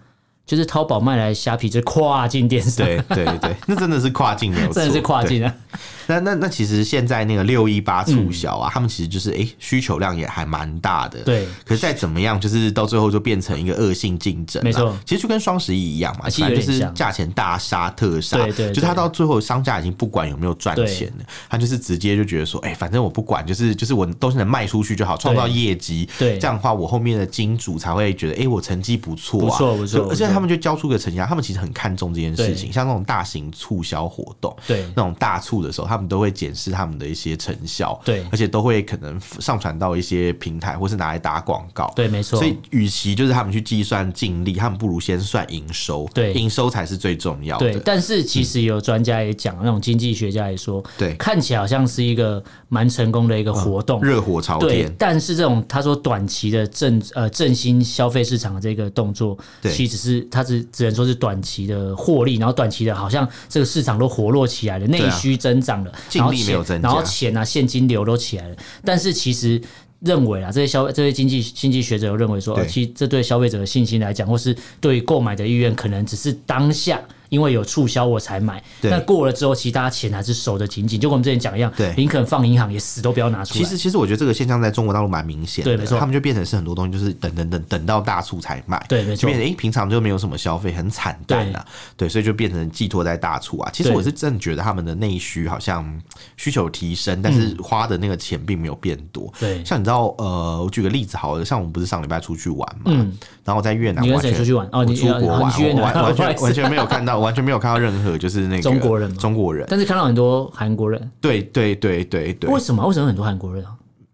[SPEAKER 1] 就是淘宝卖来虾皮，就是跨境电商，
[SPEAKER 2] 对对对对，那真的是跨境没有 错，
[SPEAKER 1] 真的是跨
[SPEAKER 2] 对
[SPEAKER 1] 境啊。
[SPEAKER 2] 那那那其实现在那个六一八
[SPEAKER 1] 嗯
[SPEAKER 2] 促销啊，他们其实就是哎、诶需求量也还蛮大的。
[SPEAKER 1] 对
[SPEAKER 2] 可是再怎么样，就是到最后就变成一个恶性竞争啦。啊
[SPEAKER 1] 没错
[SPEAKER 2] 其实就跟双十一一样嘛，
[SPEAKER 1] 啊其实有
[SPEAKER 2] 反
[SPEAKER 1] 点
[SPEAKER 2] 正就是
[SPEAKER 1] 像
[SPEAKER 2] 价钱大杀特杀。
[SPEAKER 1] 对对对
[SPEAKER 2] 就他到最后商家已经不管有没有赚钱了，他就是直接就觉得说，哎、反正我不管，就是就是我都是能卖出去就好，创造业绩。
[SPEAKER 1] 对
[SPEAKER 2] 这样的话我后面的金主才会觉得，哎、我成绩不错、啊，
[SPEAKER 1] 不错不错
[SPEAKER 2] 就而且
[SPEAKER 1] 不错
[SPEAKER 2] 他们就交出个成绩啊单，他们其实很看重这件事
[SPEAKER 1] 对
[SPEAKER 2] 情，像那种大型促销活动。
[SPEAKER 1] 对
[SPEAKER 2] 那种大促的时候，他们都会检视他们的一些成效，
[SPEAKER 1] 对
[SPEAKER 2] 而且都会可能上传到一些平台，或是拿来打广告，。
[SPEAKER 1] 对，没错。
[SPEAKER 2] 所以，与其就是他们去计算净利，他们不如先算营收，
[SPEAKER 1] 对
[SPEAKER 2] 营收才是最重要
[SPEAKER 1] 对，
[SPEAKER 2] 的。
[SPEAKER 1] 但是其实有专家也讲，那种经济学家也说，
[SPEAKER 2] 对嗯
[SPEAKER 1] 看起来好像是一个蛮成功的一个活动。
[SPEAKER 2] 热火朝
[SPEAKER 1] 对
[SPEAKER 2] 天，，
[SPEAKER 1] 但是这种他说短期的振呃振兴消费市场的这个动作，
[SPEAKER 2] 对
[SPEAKER 1] 其实是它只只能说是短期的获利，然后短期的好像这个市场都活络起来了，内
[SPEAKER 2] 啊
[SPEAKER 1] 需增长了，
[SPEAKER 2] 净
[SPEAKER 1] 然后
[SPEAKER 2] 利没
[SPEAKER 1] 钱
[SPEAKER 2] 有增加
[SPEAKER 1] 然后钱啊现金流都起来了，但是其实。认为啊，这些消这些经济经济学者有认为说，
[SPEAKER 2] 对
[SPEAKER 1] 呃其实这对消费者的信心来讲，或是对于购买的意愿，可能只是当下因为有促销我才买，
[SPEAKER 2] 对
[SPEAKER 1] 那过了之后，其实大家钱还是守得紧紧，就跟我们之前讲一样
[SPEAKER 2] 对，
[SPEAKER 1] 林肯放银行也死都不要拿出来。
[SPEAKER 2] 其实，其实我觉得这个现象在中国大陆蛮明显的，
[SPEAKER 1] 对没错
[SPEAKER 2] 他们就变成是很多东西就是等等等等到大促才卖，
[SPEAKER 1] 对没错
[SPEAKER 2] 就变成哎、诶平常就没有什么消费，很惨淡啊，对，所以就变成寄托在大促啊。其实
[SPEAKER 1] 对
[SPEAKER 2] 我是真的觉得他们的内需好像需求提升，但是花的那个钱并没有变多。
[SPEAKER 1] 嗯对
[SPEAKER 2] 像你知道，呃，我举个例子好了，像我们不是上礼拜出去玩嘛，然后我在越南
[SPEAKER 1] 嗯你跟
[SPEAKER 2] 完全
[SPEAKER 1] 谁出去玩哦
[SPEAKER 2] 我
[SPEAKER 1] 你
[SPEAKER 2] 出国
[SPEAKER 1] 哦
[SPEAKER 2] 玩，
[SPEAKER 1] 你去越南
[SPEAKER 2] 我完完
[SPEAKER 1] 不好意
[SPEAKER 2] 全
[SPEAKER 1] 思
[SPEAKER 2] 完全没有看到，完全没有看到任何就是那个
[SPEAKER 1] 中国人吗
[SPEAKER 2] 中国人，
[SPEAKER 1] 但是看到很多韩国人，
[SPEAKER 2] 对对对对对
[SPEAKER 1] 为，什么？为什么有很多韩国人啊？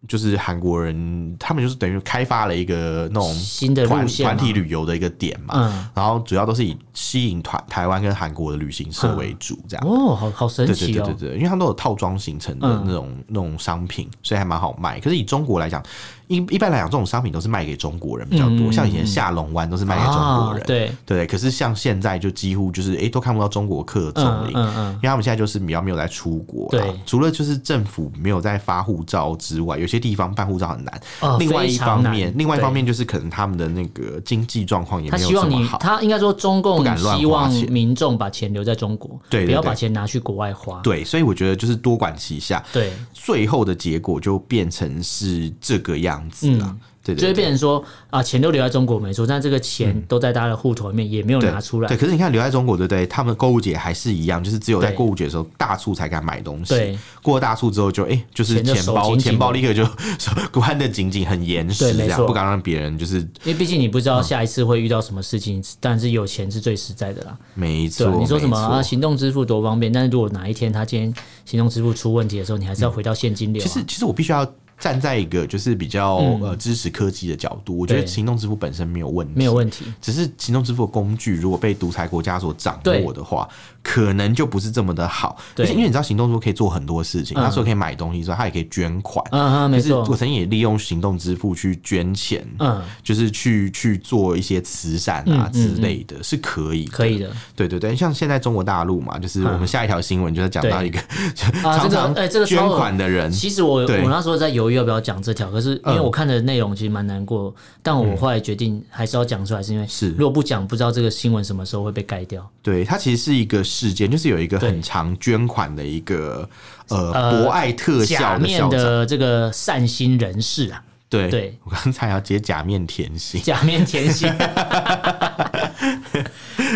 [SPEAKER 2] 就是韩国人，他们就是等于开发了一个那种
[SPEAKER 1] 新的
[SPEAKER 2] 团
[SPEAKER 1] 路线嘛
[SPEAKER 2] 团体旅游的一个点嘛，
[SPEAKER 1] 嗯
[SPEAKER 2] 然后主要都是以吸引团台湾跟韩国的旅行社为主，这样。
[SPEAKER 1] 哦，好好神
[SPEAKER 2] 对对
[SPEAKER 1] 奇
[SPEAKER 2] 对
[SPEAKER 1] 哦
[SPEAKER 2] 对！对，因为他们都有套装形成的
[SPEAKER 1] 嗯
[SPEAKER 2] 那种、那种商品，所以还蛮好卖。可是以中国来讲，一一般来讲，这种商品都是卖给中国人比较多，
[SPEAKER 1] 嗯
[SPEAKER 2] 像以前下龙湾都是卖给中国人，
[SPEAKER 1] 啊对
[SPEAKER 2] 对。可是像现在就几乎就是哎、诶都看不到中国客的踪
[SPEAKER 1] 嗯
[SPEAKER 2] 影。
[SPEAKER 1] 嗯嗯
[SPEAKER 2] 因为他们现在就是比较没有在出国啦
[SPEAKER 1] 对
[SPEAKER 2] 除了就是政府没有在发护照之外，有些地方办护照很难。
[SPEAKER 1] 哦
[SPEAKER 2] 另外一方
[SPEAKER 1] 非常难
[SPEAKER 2] 面，另外一方
[SPEAKER 1] 对
[SPEAKER 2] 面就是可能他们的那个经济状况也
[SPEAKER 1] 他
[SPEAKER 2] 没有
[SPEAKER 1] 希
[SPEAKER 2] 这
[SPEAKER 1] 望
[SPEAKER 2] 么
[SPEAKER 1] 你，
[SPEAKER 2] 好。
[SPEAKER 1] 他应该说中
[SPEAKER 2] 不
[SPEAKER 1] 共
[SPEAKER 2] 敢乱花
[SPEAKER 1] 希望
[SPEAKER 2] 钱
[SPEAKER 1] 民众把钱留在中国，
[SPEAKER 2] 对对
[SPEAKER 1] 不要
[SPEAKER 2] 对
[SPEAKER 1] 把钱拿去国外花。
[SPEAKER 2] 对，所以我觉得就是多管齐下，
[SPEAKER 1] 对，
[SPEAKER 2] 最后的结果就变成是这个样子啦。
[SPEAKER 1] 嗯
[SPEAKER 2] 对
[SPEAKER 1] 就
[SPEAKER 2] 对对嗯
[SPEAKER 1] 会变成说啊，钱都留在中国没错，但这个钱都在大家的户头里面，也没有
[SPEAKER 2] 对
[SPEAKER 1] 拿出来
[SPEAKER 2] 对，。可是你看留在中国，对不对？他们购物节还是一样，就是只有在
[SPEAKER 1] 对
[SPEAKER 2] 购物节的时候大促才敢买东西。
[SPEAKER 1] 对，
[SPEAKER 2] 过了大促之后就哎、就是
[SPEAKER 1] 钱就
[SPEAKER 2] 钱
[SPEAKER 1] 手
[SPEAKER 2] 包
[SPEAKER 1] 紧紧
[SPEAKER 2] 钱
[SPEAKER 1] 的
[SPEAKER 2] 包立刻就 关的紧紧，很严实，
[SPEAKER 1] 对没
[SPEAKER 2] 这样
[SPEAKER 1] 错
[SPEAKER 2] 不敢让别人就是
[SPEAKER 1] 因为毕竟你不知
[SPEAKER 2] 嗯
[SPEAKER 1] 道下一次会遇到什么事情，但是有钱是最实在的啦。
[SPEAKER 2] 没
[SPEAKER 1] 对
[SPEAKER 2] 错
[SPEAKER 1] 啊，。你说什么
[SPEAKER 2] 没错
[SPEAKER 1] 啊？行动支付多方便，但是如果哪一天他今天行动支付出问题的时候，你还是要回到现金流
[SPEAKER 2] 其
[SPEAKER 1] 啊。
[SPEAKER 2] 实，其实我必须要站在一个就是比较、呃支持科技的角度，我觉得
[SPEAKER 1] 嗯对
[SPEAKER 2] 行动支付本身没有问题，
[SPEAKER 1] 没有问题。
[SPEAKER 2] 只是行动支付的工具如果被独裁国家所掌握
[SPEAKER 1] 对
[SPEAKER 2] 的话，可能就不是这么的好。
[SPEAKER 1] 对
[SPEAKER 2] 而且因为你知道，行动支付可以做很多事情，
[SPEAKER 1] 嗯
[SPEAKER 2] 它除了可以买东西之外，它也可以捐款。
[SPEAKER 1] 嗯哼，没
[SPEAKER 2] 就是
[SPEAKER 1] 错
[SPEAKER 2] 我。曾经也利用行动支付去捐钱，
[SPEAKER 1] 嗯，
[SPEAKER 2] 就是去去做一些慈善啊
[SPEAKER 1] 嗯嗯
[SPEAKER 2] 之类的，是可以的
[SPEAKER 1] 可以的
[SPEAKER 2] 对对对，像现在中国大陆嘛，就是我们下一条新闻就是讲到一个
[SPEAKER 1] 嗯啊，这 个
[SPEAKER 2] 常常
[SPEAKER 1] 哎，这个超
[SPEAKER 2] 捐
[SPEAKER 1] 恶
[SPEAKER 2] 款的人，
[SPEAKER 1] 其实我
[SPEAKER 2] 对
[SPEAKER 1] 我那时候在犹豫要不要讲这条，可是因为
[SPEAKER 2] 嗯
[SPEAKER 1] 我看的内容其实蛮难过，但我后来决定还是要讲出来，是因为
[SPEAKER 2] 嗯是
[SPEAKER 1] 如果不讲，不知道这个新闻什么时候会被盖掉。
[SPEAKER 2] 对，它其实是一个事件，就是有一个
[SPEAKER 1] 对
[SPEAKER 2] 很常捐款的一个呃
[SPEAKER 1] 呃
[SPEAKER 2] 博爱特效
[SPEAKER 1] 假
[SPEAKER 2] 的
[SPEAKER 1] 面
[SPEAKER 2] 校长，
[SPEAKER 1] 的这个善心人士啊，
[SPEAKER 2] 对
[SPEAKER 1] 对
[SPEAKER 2] 我刚才要接假面甜心，
[SPEAKER 1] 假面甜 心，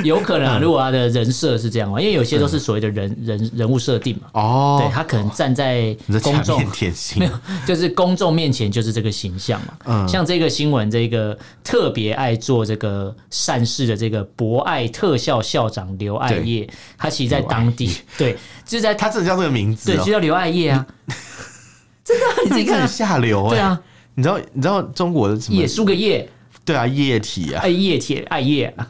[SPEAKER 1] 有可能啊，如果他的人设是这样嘛，因为有些都是所谓的人人人物设定嘛，对
[SPEAKER 2] 哦，
[SPEAKER 1] 他可能站在
[SPEAKER 2] 你说
[SPEAKER 1] 公
[SPEAKER 2] 假
[SPEAKER 1] 众
[SPEAKER 2] 面甜心，
[SPEAKER 1] 就是公众面前就是这个形象嘛。像这个新闻，这个特别爱做这个善事的这个博爱特校校长刘爱业，他其实在当地，对，就是在
[SPEAKER 2] 他真的叫这个名字
[SPEAKER 1] 对，
[SPEAKER 2] 哦
[SPEAKER 1] 就，叫刘爱业啊，真的啊，你自己
[SPEAKER 2] 这个
[SPEAKER 1] 看
[SPEAKER 2] 很
[SPEAKER 1] 啊，
[SPEAKER 2] 下流
[SPEAKER 1] 对
[SPEAKER 2] 哎、
[SPEAKER 1] 啊，
[SPEAKER 2] 你知道你知道中国的什么
[SPEAKER 1] 也？输个业，
[SPEAKER 2] 对啊，液体啊，
[SPEAKER 1] 爱业铁爱业啊，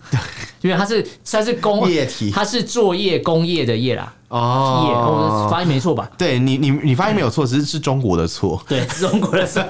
[SPEAKER 1] 因为他是他是工
[SPEAKER 2] 液体
[SPEAKER 1] 他是作业工业的业啦，业，我
[SPEAKER 2] 哦，
[SPEAKER 1] 发音没错吧？
[SPEAKER 2] 对你你你发现没有错，只是是中国的错，
[SPEAKER 1] 对，是中国的错，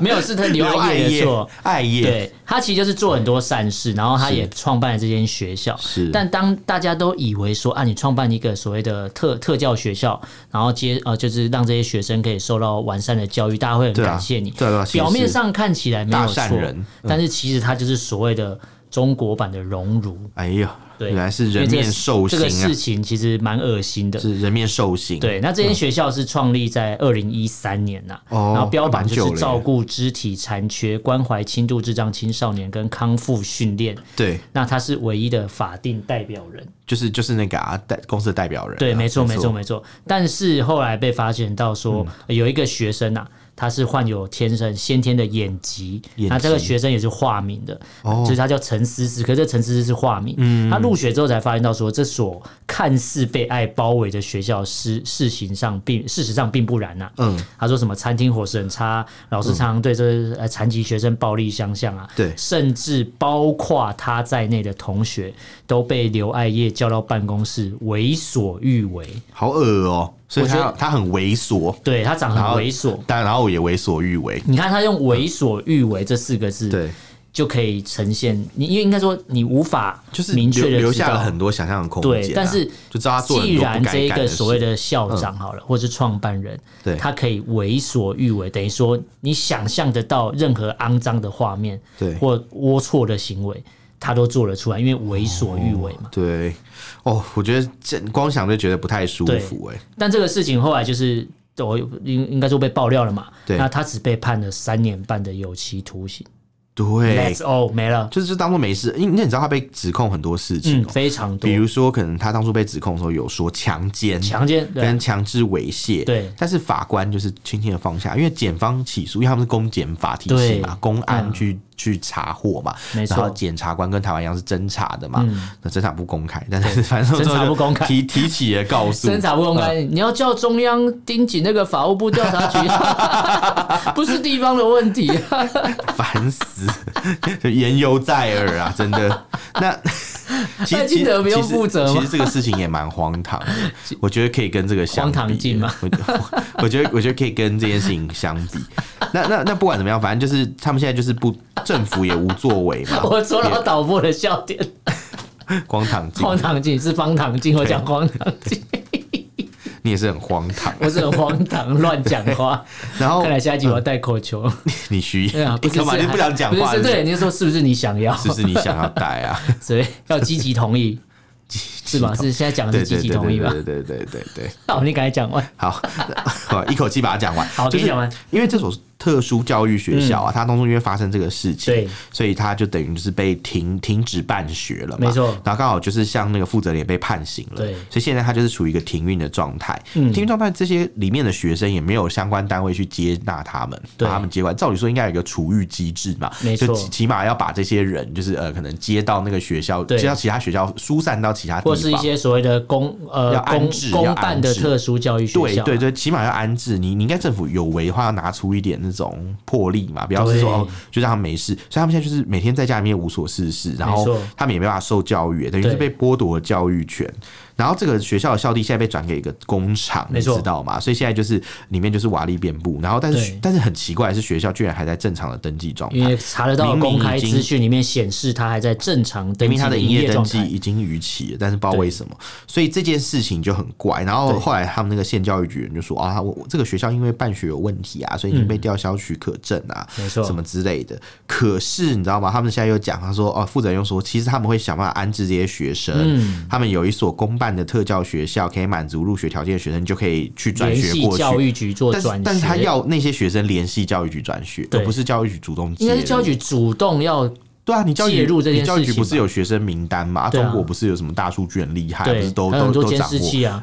[SPEAKER 1] 没有是他刘爱业的错。，
[SPEAKER 2] 爱业，
[SPEAKER 1] 对他其实就是做很多善事，然后他也创办了这间学校。
[SPEAKER 2] 是
[SPEAKER 1] 但当大家都以为说啊，你创办一个所谓的特特教学校，然后接呃，就是让这些学生可以受到完善的教育，大家会很
[SPEAKER 2] 对啊
[SPEAKER 1] 感谢你。
[SPEAKER 2] 对啊对啊
[SPEAKER 1] 表
[SPEAKER 2] 其实
[SPEAKER 1] 面
[SPEAKER 2] 是
[SPEAKER 1] 上看起来没
[SPEAKER 2] 大
[SPEAKER 1] 有
[SPEAKER 2] 善
[SPEAKER 1] 错，
[SPEAKER 2] 人嗯
[SPEAKER 1] 但是其实他就是所谓的中国版的荣辱。
[SPEAKER 2] 哎呦，
[SPEAKER 1] 对
[SPEAKER 2] 原来是
[SPEAKER 1] 因为
[SPEAKER 2] 人
[SPEAKER 1] 这个
[SPEAKER 2] 面兽
[SPEAKER 1] 这
[SPEAKER 2] 心
[SPEAKER 1] 个
[SPEAKER 2] 啊
[SPEAKER 1] 事，情其实蛮恶心的。
[SPEAKER 2] 是人面兽心，
[SPEAKER 1] 对，那这间学校是创立在二零一三年呐、
[SPEAKER 2] 嗯哦
[SPEAKER 1] 然后标榜
[SPEAKER 2] 蛮
[SPEAKER 1] 就
[SPEAKER 2] 久了耶
[SPEAKER 1] 是照顾肢体残缺、关怀轻度智障青少年跟康复训练。
[SPEAKER 2] 对。
[SPEAKER 1] 那他是唯一的法定代表人，
[SPEAKER 2] 就是就是那个啊，代公司的代表人啊、
[SPEAKER 1] 对，没错，没错，没错。但是后来被发现到说，
[SPEAKER 2] 嗯
[SPEAKER 1] 呃有一个学生啊，他是患有天生先天的眼疾，
[SPEAKER 2] 眼
[SPEAKER 1] 那这个
[SPEAKER 2] 疾
[SPEAKER 1] 学生也是化名的，
[SPEAKER 2] 哦嗯
[SPEAKER 1] 就是他叫陈思思，可是这陈思思是化名。他入学之后才发现到说，这所看似被爱包围的学校事事情上并事实上并不然呐、啊
[SPEAKER 2] 嗯，
[SPEAKER 1] 他说什么餐厅伙食很差，老师常常对这呃残疾学生暴力相向啊，
[SPEAKER 2] 对
[SPEAKER 1] 甚至包括他在内的同学都被刘爱业叫到办公室为所欲为，
[SPEAKER 2] 好恶哦、所以
[SPEAKER 1] 我觉
[SPEAKER 2] 他
[SPEAKER 1] 得
[SPEAKER 2] 他很猥琐，
[SPEAKER 1] 对他长得
[SPEAKER 2] 然后
[SPEAKER 1] 很猥琐。
[SPEAKER 2] 但然后我也为所欲为，
[SPEAKER 1] 你看他用“为所欲为”这四个字，
[SPEAKER 2] 对，
[SPEAKER 1] 就可以呈现你，因为应该说你无法
[SPEAKER 2] 就是
[SPEAKER 1] 明确的
[SPEAKER 2] 留留下了
[SPEAKER 1] 很。
[SPEAKER 2] 很多想象的空间啊、
[SPEAKER 1] 对，但是
[SPEAKER 2] 就知道他做了
[SPEAKER 1] 既
[SPEAKER 2] 很多
[SPEAKER 1] 然
[SPEAKER 2] 不
[SPEAKER 1] 这
[SPEAKER 2] 该
[SPEAKER 1] 一
[SPEAKER 2] 干
[SPEAKER 1] 个
[SPEAKER 2] 的
[SPEAKER 1] 所谓
[SPEAKER 2] 事，嗯
[SPEAKER 1] 的校长好了，或是创办人，
[SPEAKER 2] 对
[SPEAKER 1] 他可以为所欲为，等于说你想象得到任何肮脏的画面，
[SPEAKER 2] 对
[SPEAKER 1] 或龌龊的行为，他都做了出来，因为为所欲为嘛。
[SPEAKER 2] 对，哦，我觉得这光想就觉得不太舒服哎、
[SPEAKER 1] 但这个事情后来就是。我应应该说被爆料了嘛？
[SPEAKER 2] 对
[SPEAKER 1] 那他只被判了三年半的有期徒刑。
[SPEAKER 2] 对
[SPEAKER 1] That's，all，没了。
[SPEAKER 2] 就是就当做没事，因为你知道他被指控很多事情
[SPEAKER 1] 嗯，
[SPEAKER 2] 哦、
[SPEAKER 1] 非常多
[SPEAKER 2] 比。如说可能他当初被指控的时候有说强奸，
[SPEAKER 1] 强奸对
[SPEAKER 2] 跟强制猥亵，
[SPEAKER 1] 对
[SPEAKER 2] 但是法官就是轻轻的放下，因为检方起诉，因为他们是公检法体系嘛
[SPEAKER 1] 对，嗯
[SPEAKER 2] 公安去、去查获嘛，
[SPEAKER 1] 没错嗯
[SPEAKER 2] 然后检察官跟台湾一样是侦查的嘛，那侦查不公开，但是反正
[SPEAKER 1] 侦查不公开
[SPEAKER 2] 提提起了告诉，
[SPEAKER 1] 侦查不公开，你要叫中央盯紧那个法务部调查 局，不是地方的问题、
[SPEAKER 2] 烦死，就言犹在耳啊，真的。那其实
[SPEAKER 1] 赖清德不用
[SPEAKER 2] 其实
[SPEAKER 1] 负责吗
[SPEAKER 2] 其实这个事情也蛮荒唐 的，我觉得可以跟这个相比
[SPEAKER 1] 荒唐镜吗。
[SPEAKER 2] 我我我觉得我觉得可以跟这件事情相比。那那那不管怎么样，反正就是他们现在就是不政府也无作为嘛
[SPEAKER 1] 我说到导播的笑点，
[SPEAKER 2] 也光躺镜，
[SPEAKER 1] 荒唐镜是方唐镜，我讲荒唐镜，
[SPEAKER 2] 你也是很荒 唐。
[SPEAKER 1] 我是很荒唐，乱讲话。
[SPEAKER 2] 然后
[SPEAKER 1] 看来下一集我要戴口球。
[SPEAKER 2] 你徐
[SPEAKER 1] 对啊，不
[SPEAKER 2] 你
[SPEAKER 1] 是
[SPEAKER 2] 哦嗯哎干嘛
[SPEAKER 1] 是
[SPEAKER 2] 就不想讲话？
[SPEAKER 1] 不是是对，你就说是不是你想要？
[SPEAKER 2] 是不是你想要带 啊？
[SPEAKER 1] 所以要积极同 意，是吧？是现在讲的
[SPEAKER 2] 对
[SPEAKER 1] 是
[SPEAKER 2] 对
[SPEAKER 1] 积极
[SPEAKER 2] 对
[SPEAKER 1] 同意吧？
[SPEAKER 2] 对对对对对对。嗯
[SPEAKER 1] 好，你刚才讲完，
[SPEAKER 2] 好， 我一口气把它讲完。
[SPEAKER 1] 好可
[SPEAKER 2] 就
[SPEAKER 1] 以
[SPEAKER 2] 是
[SPEAKER 1] 讲完嗯
[SPEAKER 2] 因为这所特殊教育学校啊，它当中因为发生这个事情，
[SPEAKER 1] 对，
[SPEAKER 2] 所以它就等于就是被停停止办学了嘛。
[SPEAKER 1] 没错
[SPEAKER 2] 然后刚好就是像那个负责人也被判刑了，
[SPEAKER 1] 对嗯
[SPEAKER 2] 所以现在它就是处于一个停运的状态。停运状态，这些里面的学生也没有相关单位去接纳他们，
[SPEAKER 1] 对
[SPEAKER 2] 把他们接过来。照理说应该有一个处遇机制嘛，
[SPEAKER 1] 没错
[SPEAKER 2] 就起起码要把这些人就是呃，可能接到那个学校，
[SPEAKER 1] 对
[SPEAKER 2] 接到其他学校，疏散到其他地方，
[SPEAKER 1] 或是一些所谓的公呃
[SPEAKER 2] 要安
[SPEAKER 1] 公
[SPEAKER 2] 置要
[SPEAKER 1] 公
[SPEAKER 2] 安
[SPEAKER 1] 办的
[SPEAKER 2] 置
[SPEAKER 1] 特殊教育学
[SPEAKER 2] 对
[SPEAKER 1] 校，
[SPEAKER 2] 对，对，起码要安置你，你应该政府有为的话要拿出一点那种魄力嘛，不要是说
[SPEAKER 1] 对
[SPEAKER 2] 哦就让他们没事，所以他们现在就是每天在家里面无所事事，然后
[SPEAKER 1] 没错
[SPEAKER 2] 他们也没办法受教育，等于是
[SPEAKER 1] 对
[SPEAKER 2] 被剥夺了教育权。然后这个学校的校地现在被转给一个工厂，
[SPEAKER 1] 没
[SPEAKER 2] 你
[SPEAKER 1] 错
[SPEAKER 2] 知道吗？所以现在就是里面就是瓦砾遍布，然后但是
[SPEAKER 1] 对
[SPEAKER 2] 但是很奇怪的是，学校居然还在正常的登记状态
[SPEAKER 1] 因，为查得到的
[SPEAKER 2] 明明
[SPEAKER 1] 公开
[SPEAKER 2] 已经
[SPEAKER 1] 资讯里面显示，它还在正常
[SPEAKER 2] 明
[SPEAKER 1] 登
[SPEAKER 2] 明
[SPEAKER 1] 记
[SPEAKER 2] 他的
[SPEAKER 1] 营
[SPEAKER 2] 营业
[SPEAKER 1] 业
[SPEAKER 2] 登
[SPEAKER 1] 状
[SPEAKER 2] 记
[SPEAKER 1] 态。
[SPEAKER 2] 已经逾期了，但是不知道为什么，所以这件事情就很怪。然后
[SPEAKER 1] 对
[SPEAKER 2] 后来他们那个县教育局人就说啊，我我这个学校因为办学有问题啊，所以已经被吊销许可证啊，
[SPEAKER 1] 嗯没错
[SPEAKER 2] 什么之类的。可是你知道吗？他们现在又讲，他说哦，负责人又说，其实他们会想办法安置这些学生。
[SPEAKER 1] 嗯
[SPEAKER 2] 他们有一所公办的特教学校，可以满足入学条件的学生就可以去转
[SPEAKER 1] 联
[SPEAKER 2] 学
[SPEAKER 1] 系
[SPEAKER 2] 过去。
[SPEAKER 1] 教育局做
[SPEAKER 2] 但
[SPEAKER 1] 转
[SPEAKER 2] 是
[SPEAKER 1] 学，
[SPEAKER 2] 但是他要那些学生联系教育局转学，而
[SPEAKER 1] 对
[SPEAKER 2] 不是教育局主动介
[SPEAKER 1] 应
[SPEAKER 2] 入。
[SPEAKER 1] 该是教育局主动要
[SPEAKER 2] 对啊，你教育
[SPEAKER 1] 介入这件
[SPEAKER 2] 你教育
[SPEAKER 1] 事
[SPEAKER 2] 局
[SPEAKER 1] 情
[SPEAKER 2] 不是有学生名单嘛？啊
[SPEAKER 1] 对啊
[SPEAKER 2] 中国不是有什么大数据很厉害，不
[SPEAKER 1] 对
[SPEAKER 2] 是，都
[SPEAKER 1] 还有很
[SPEAKER 2] 都
[SPEAKER 1] 多
[SPEAKER 2] 都
[SPEAKER 1] 监
[SPEAKER 2] 掌
[SPEAKER 1] 视
[SPEAKER 2] 握？
[SPEAKER 1] 器啊，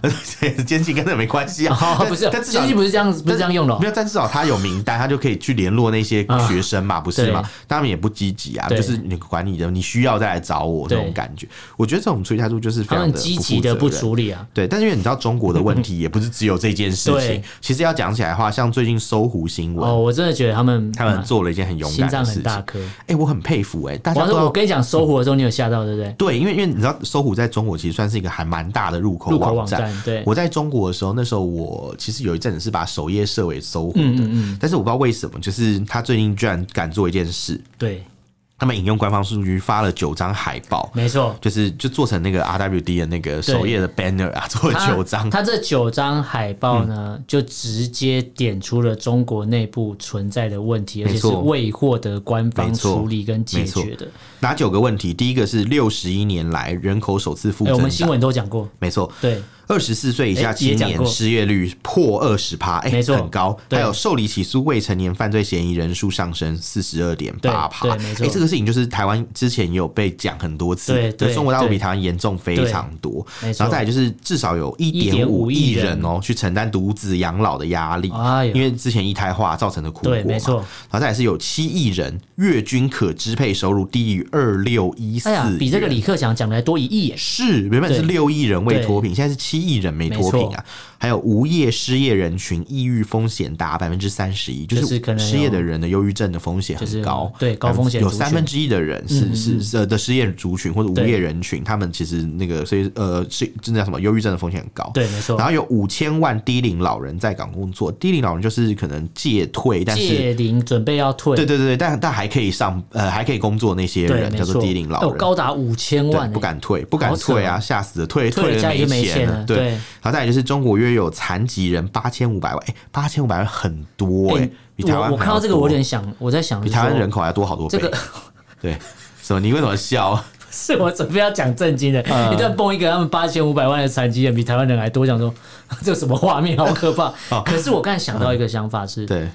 [SPEAKER 2] 监视器跟这没关系啊，
[SPEAKER 1] 哦
[SPEAKER 2] 但
[SPEAKER 1] 不是，
[SPEAKER 2] 但
[SPEAKER 1] 监
[SPEAKER 2] 至少
[SPEAKER 1] 视器不是这样，不是这样用的哦
[SPEAKER 2] 没，有，但至少他有名单，他就可以去联络那些
[SPEAKER 1] 啊
[SPEAKER 2] 学生嘛，不是吗
[SPEAKER 1] 对？
[SPEAKER 2] 他们也不积极啊，
[SPEAKER 1] 对
[SPEAKER 2] 就是你管你的，你需要再来找我那
[SPEAKER 1] 对
[SPEAKER 2] 种感觉。我觉得这种处理态度就是非
[SPEAKER 1] 他
[SPEAKER 2] 常
[SPEAKER 1] 们
[SPEAKER 2] 的
[SPEAKER 1] 积极的不
[SPEAKER 2] 不负责任
[SPEAKER 1] 处理啊，
[SPEAKER 2] 对，但是因为你知道中国的问题也不是只有这件事情
[SPEAKER 1] 对，
[SPEAKER 2] 其实要讲起来的话，像最近搜狐新
[SPEAKER 1] 哦，
[SPEAKER 2] 闻，
[SPEAKER 1] 我真的觉得他们
[SPEAKER 2] 他们做了一件很勇
[SPEAKER 1] 心
[SPEAKER 2] 敢的
[SPEAKER 1] 脏
[SPEAKER 2] 事
[SPEAKER 1] 很大
[SPEAKER 2] 情。
[SPEAKER 1] 颗。
[SPEAKER 2] 哎，我很佩服哎，大家
[SPEAKER 1] 我
[SPEAKER 2] 都
[SPEAKER 1] 说
[SPEAKER 2] 要
[SPEAKER 1] 我跟你讲，收获的时候你有吓到，对不对？
[SPEAKER 2] 对，因为因为你知道，搜狐在中国其实算是一个还蛮大的入口
[SPEAKER 1] 入口
[SPEAKER 2] 网
[SPEAKER 1] 网站对
[SPEAKER 2] 我在中国的时候，那时候我其实有一阵子是把首页设为搜狐的，
[SPEAKER 1] 嗯
[SPEAKER 2] 但是我不知道为什么，就是他最近居然敢做一件事，
[SPEAKER 1] 对，
[SPEAKER 2] 他们引用官方数据发了九张海报。
[SPEAKER 1] 没错。
[SPEAKER 2] 就是就做成那个 RWD 的那个首页的 banner 啊，做了
[SPEAKER 1] 他
[SPEAKER 2] 九张，嗯
[SPEAKER 1] 他这九张海报呢，就直接点出了中国内部存在的问题，而且
[SPEAKER 2] 没
[SPEAKER 1] 是
[SPEAKER 2] 错
[SPEAKER 1] 未获得官方
[SPEAKER 2] 没错
[SPEAKER 1] 处理跟解
[SPEAKER 2] 没错
[SPEAKER 1] 决的。
[SPEAKER 2] 哪九个问题？第一个是六十一年来人口首次负
[SPEAKER 1] 哎，我们
[SPEAKER 2] 增
[SPEAKER 1] 新
[SPEAKER 2] 长，
[SPEAKER 1] 闻都讲过，
[SPEAKER 2] 没错，
[SPEAKER 1] 对，
[SPEAKER 2] 二十四岁以下
[SPEAKER 1] 哎
[SPEAKER 2] 青
[SPEAKER 1] 也讲
[SPEAKER 2] 年
[SPEAKER 1] 过
[SPEAKER 2] 失业率破二十趴，哎、
[SPEAKER 1] 没错
[SPEAKER 2] 很高。
[SPEAKER 1] 对
[SPEAKER 2] 还有受理起诉未成年犯罪嫌疑人数上升四十二点八趴，
[SPEAKER 1] 对
[SPEAKER 2] 哎
[SPEAKER 1] 对没、错
[SPEAKER 2] 这个事情就是台湾之前也有被讲很多次，
[SPEAKER 1] 对
[SPEAKER 2] 可是
[SPEAKER 1] 对
[SPEAKER 2] 中国大陆
[SPEAKER 1] 对
[SPEAKER 2] 比台湾严重非常多。
[SPEAKER 1] 没
[SPEAKER 2] 然后
[SPEAKER 1] 错
[SPEAKER 2] 再。来就是至少有一点五
[SPEAKER 1] 1.5
[SPEAKER 2] 亿
[SPEAKER 1] 亿
[SPEAKER 2] 人
[SPEAKER 1] 人
[SPEAKER 2] 哦、去承担独子养老的压力，
[SPEAKER 1] 哎呦
[SPEAKER 2] 因为之前一胎化造成的苦果嘛。
[SPEAKER 1] 对没错
[SPEAKER 2] 然后再来是有七亿人月均可支配收入低于二六一四
[SPEAKER 1] 哎呀，，比这个李克强讲的还多一亿耶！
[SPEAKER 2] 是原本是
[SPEAKER 1] 对
[SPEAKER 2] 六亿人未脱贫，现在是七亿人没脱贫
[SPEAKER 1] 没
[SPEAKER 2] 啊！还有无业失业人群抑郁风险达百分之三十一，就
[SPEAKER 1] 就是可能有
[SPEAKER 2] 失业的人的忧郁症的风险很高，
[SPEAKER 1] 就是对高风险
[SPEAKER 2] 有
[SPEAKER 1] 族
[SPEAKER 2] 三
[SPEAKER 1] 群嗯
[SPEAKER 2] 分之一的人是是是呃的失业族群或者无
[SPEAKER 1] 对
[SPEAKER 2] 业人群，他们其实那个所以呃是真的叫什么忧郁症的风险很高，
[SPEAKER 1] 对，没错
[SPEAKER 2] 然。后有五千万低龄老人在港工作，低龄老人就是可能戒退，但是
[SPEAKER 1] 戒龄准备要退，
[SPEAKER 2] 对对对，但但还可以上呃还可以工作那些
[SPEAKER 1] 对，
[SPEAKER 2] 人
[SPEAKER 1] 没
[SPEAKER 2] 叫
[SPEAKER 1] 错，
[SPEAKER 2] 做低龄老
[SPEAKER 1] 哦
[SPEAKER 2] 人，
[SPEAKER 1] 高达五千
[SPEAKER 2] 对
[SPEAKER 1] 万，哎
[SPEAKER 2] 不敢退，不敢
[SPEAKER 1] 欸好扯
[SPEAKER 2] 退啊，
[SPEAKER 1] 哦
[SPEAKER 2] 吓死了，退
[SPEAKER 1] 退了
[SPEAKER 2] 了
[SPEAKER 1] 家里就没
[SPEAKER 2] 钱
[SPEAKER 1] 钱
[SPEAKER 2] 了。
[SPEAKER 1] 了
[SPEAKER 2] 对，
[SPEAKER 1] 对
[SPEAKER 2] 然后再来就是中国约有残疾人八千五百万，哎，八千五百万很多
[SPEAKER 1] 哎。
[SPEAKER 2] 哎，比台湾
[SPEAKER 1] 我我看
[SPEAKER 2] 还要
[SPEAKER 1] 到这个，我有
[SPEAKER 2] 多
[SPEAKER 1] 点想，我在想是
[SPEAKER 2] 比
[SPEAKER 1] 说，
[SPEAKER 2] 台湾人口还多好多
[SPEAKER 1] 这
[SPEAKER 2] 倍
[SPEAKER 1] 个。
[SPEAKER 2] 对，什么？你为什么 笑？
[SPEAKER 1] 是我准备要讲正经的，
[SPEAKER 2] 嗯
[SPEAKER 1] 一旦蹦一个他们八千五百万的残疾人比台湾人还多，想说这什么画面，好可 怕。
[SPEAKER 2] 哦
[SPEAKER 1] 可是我刚才想到一个想法是，
[SPEAKER 2] 对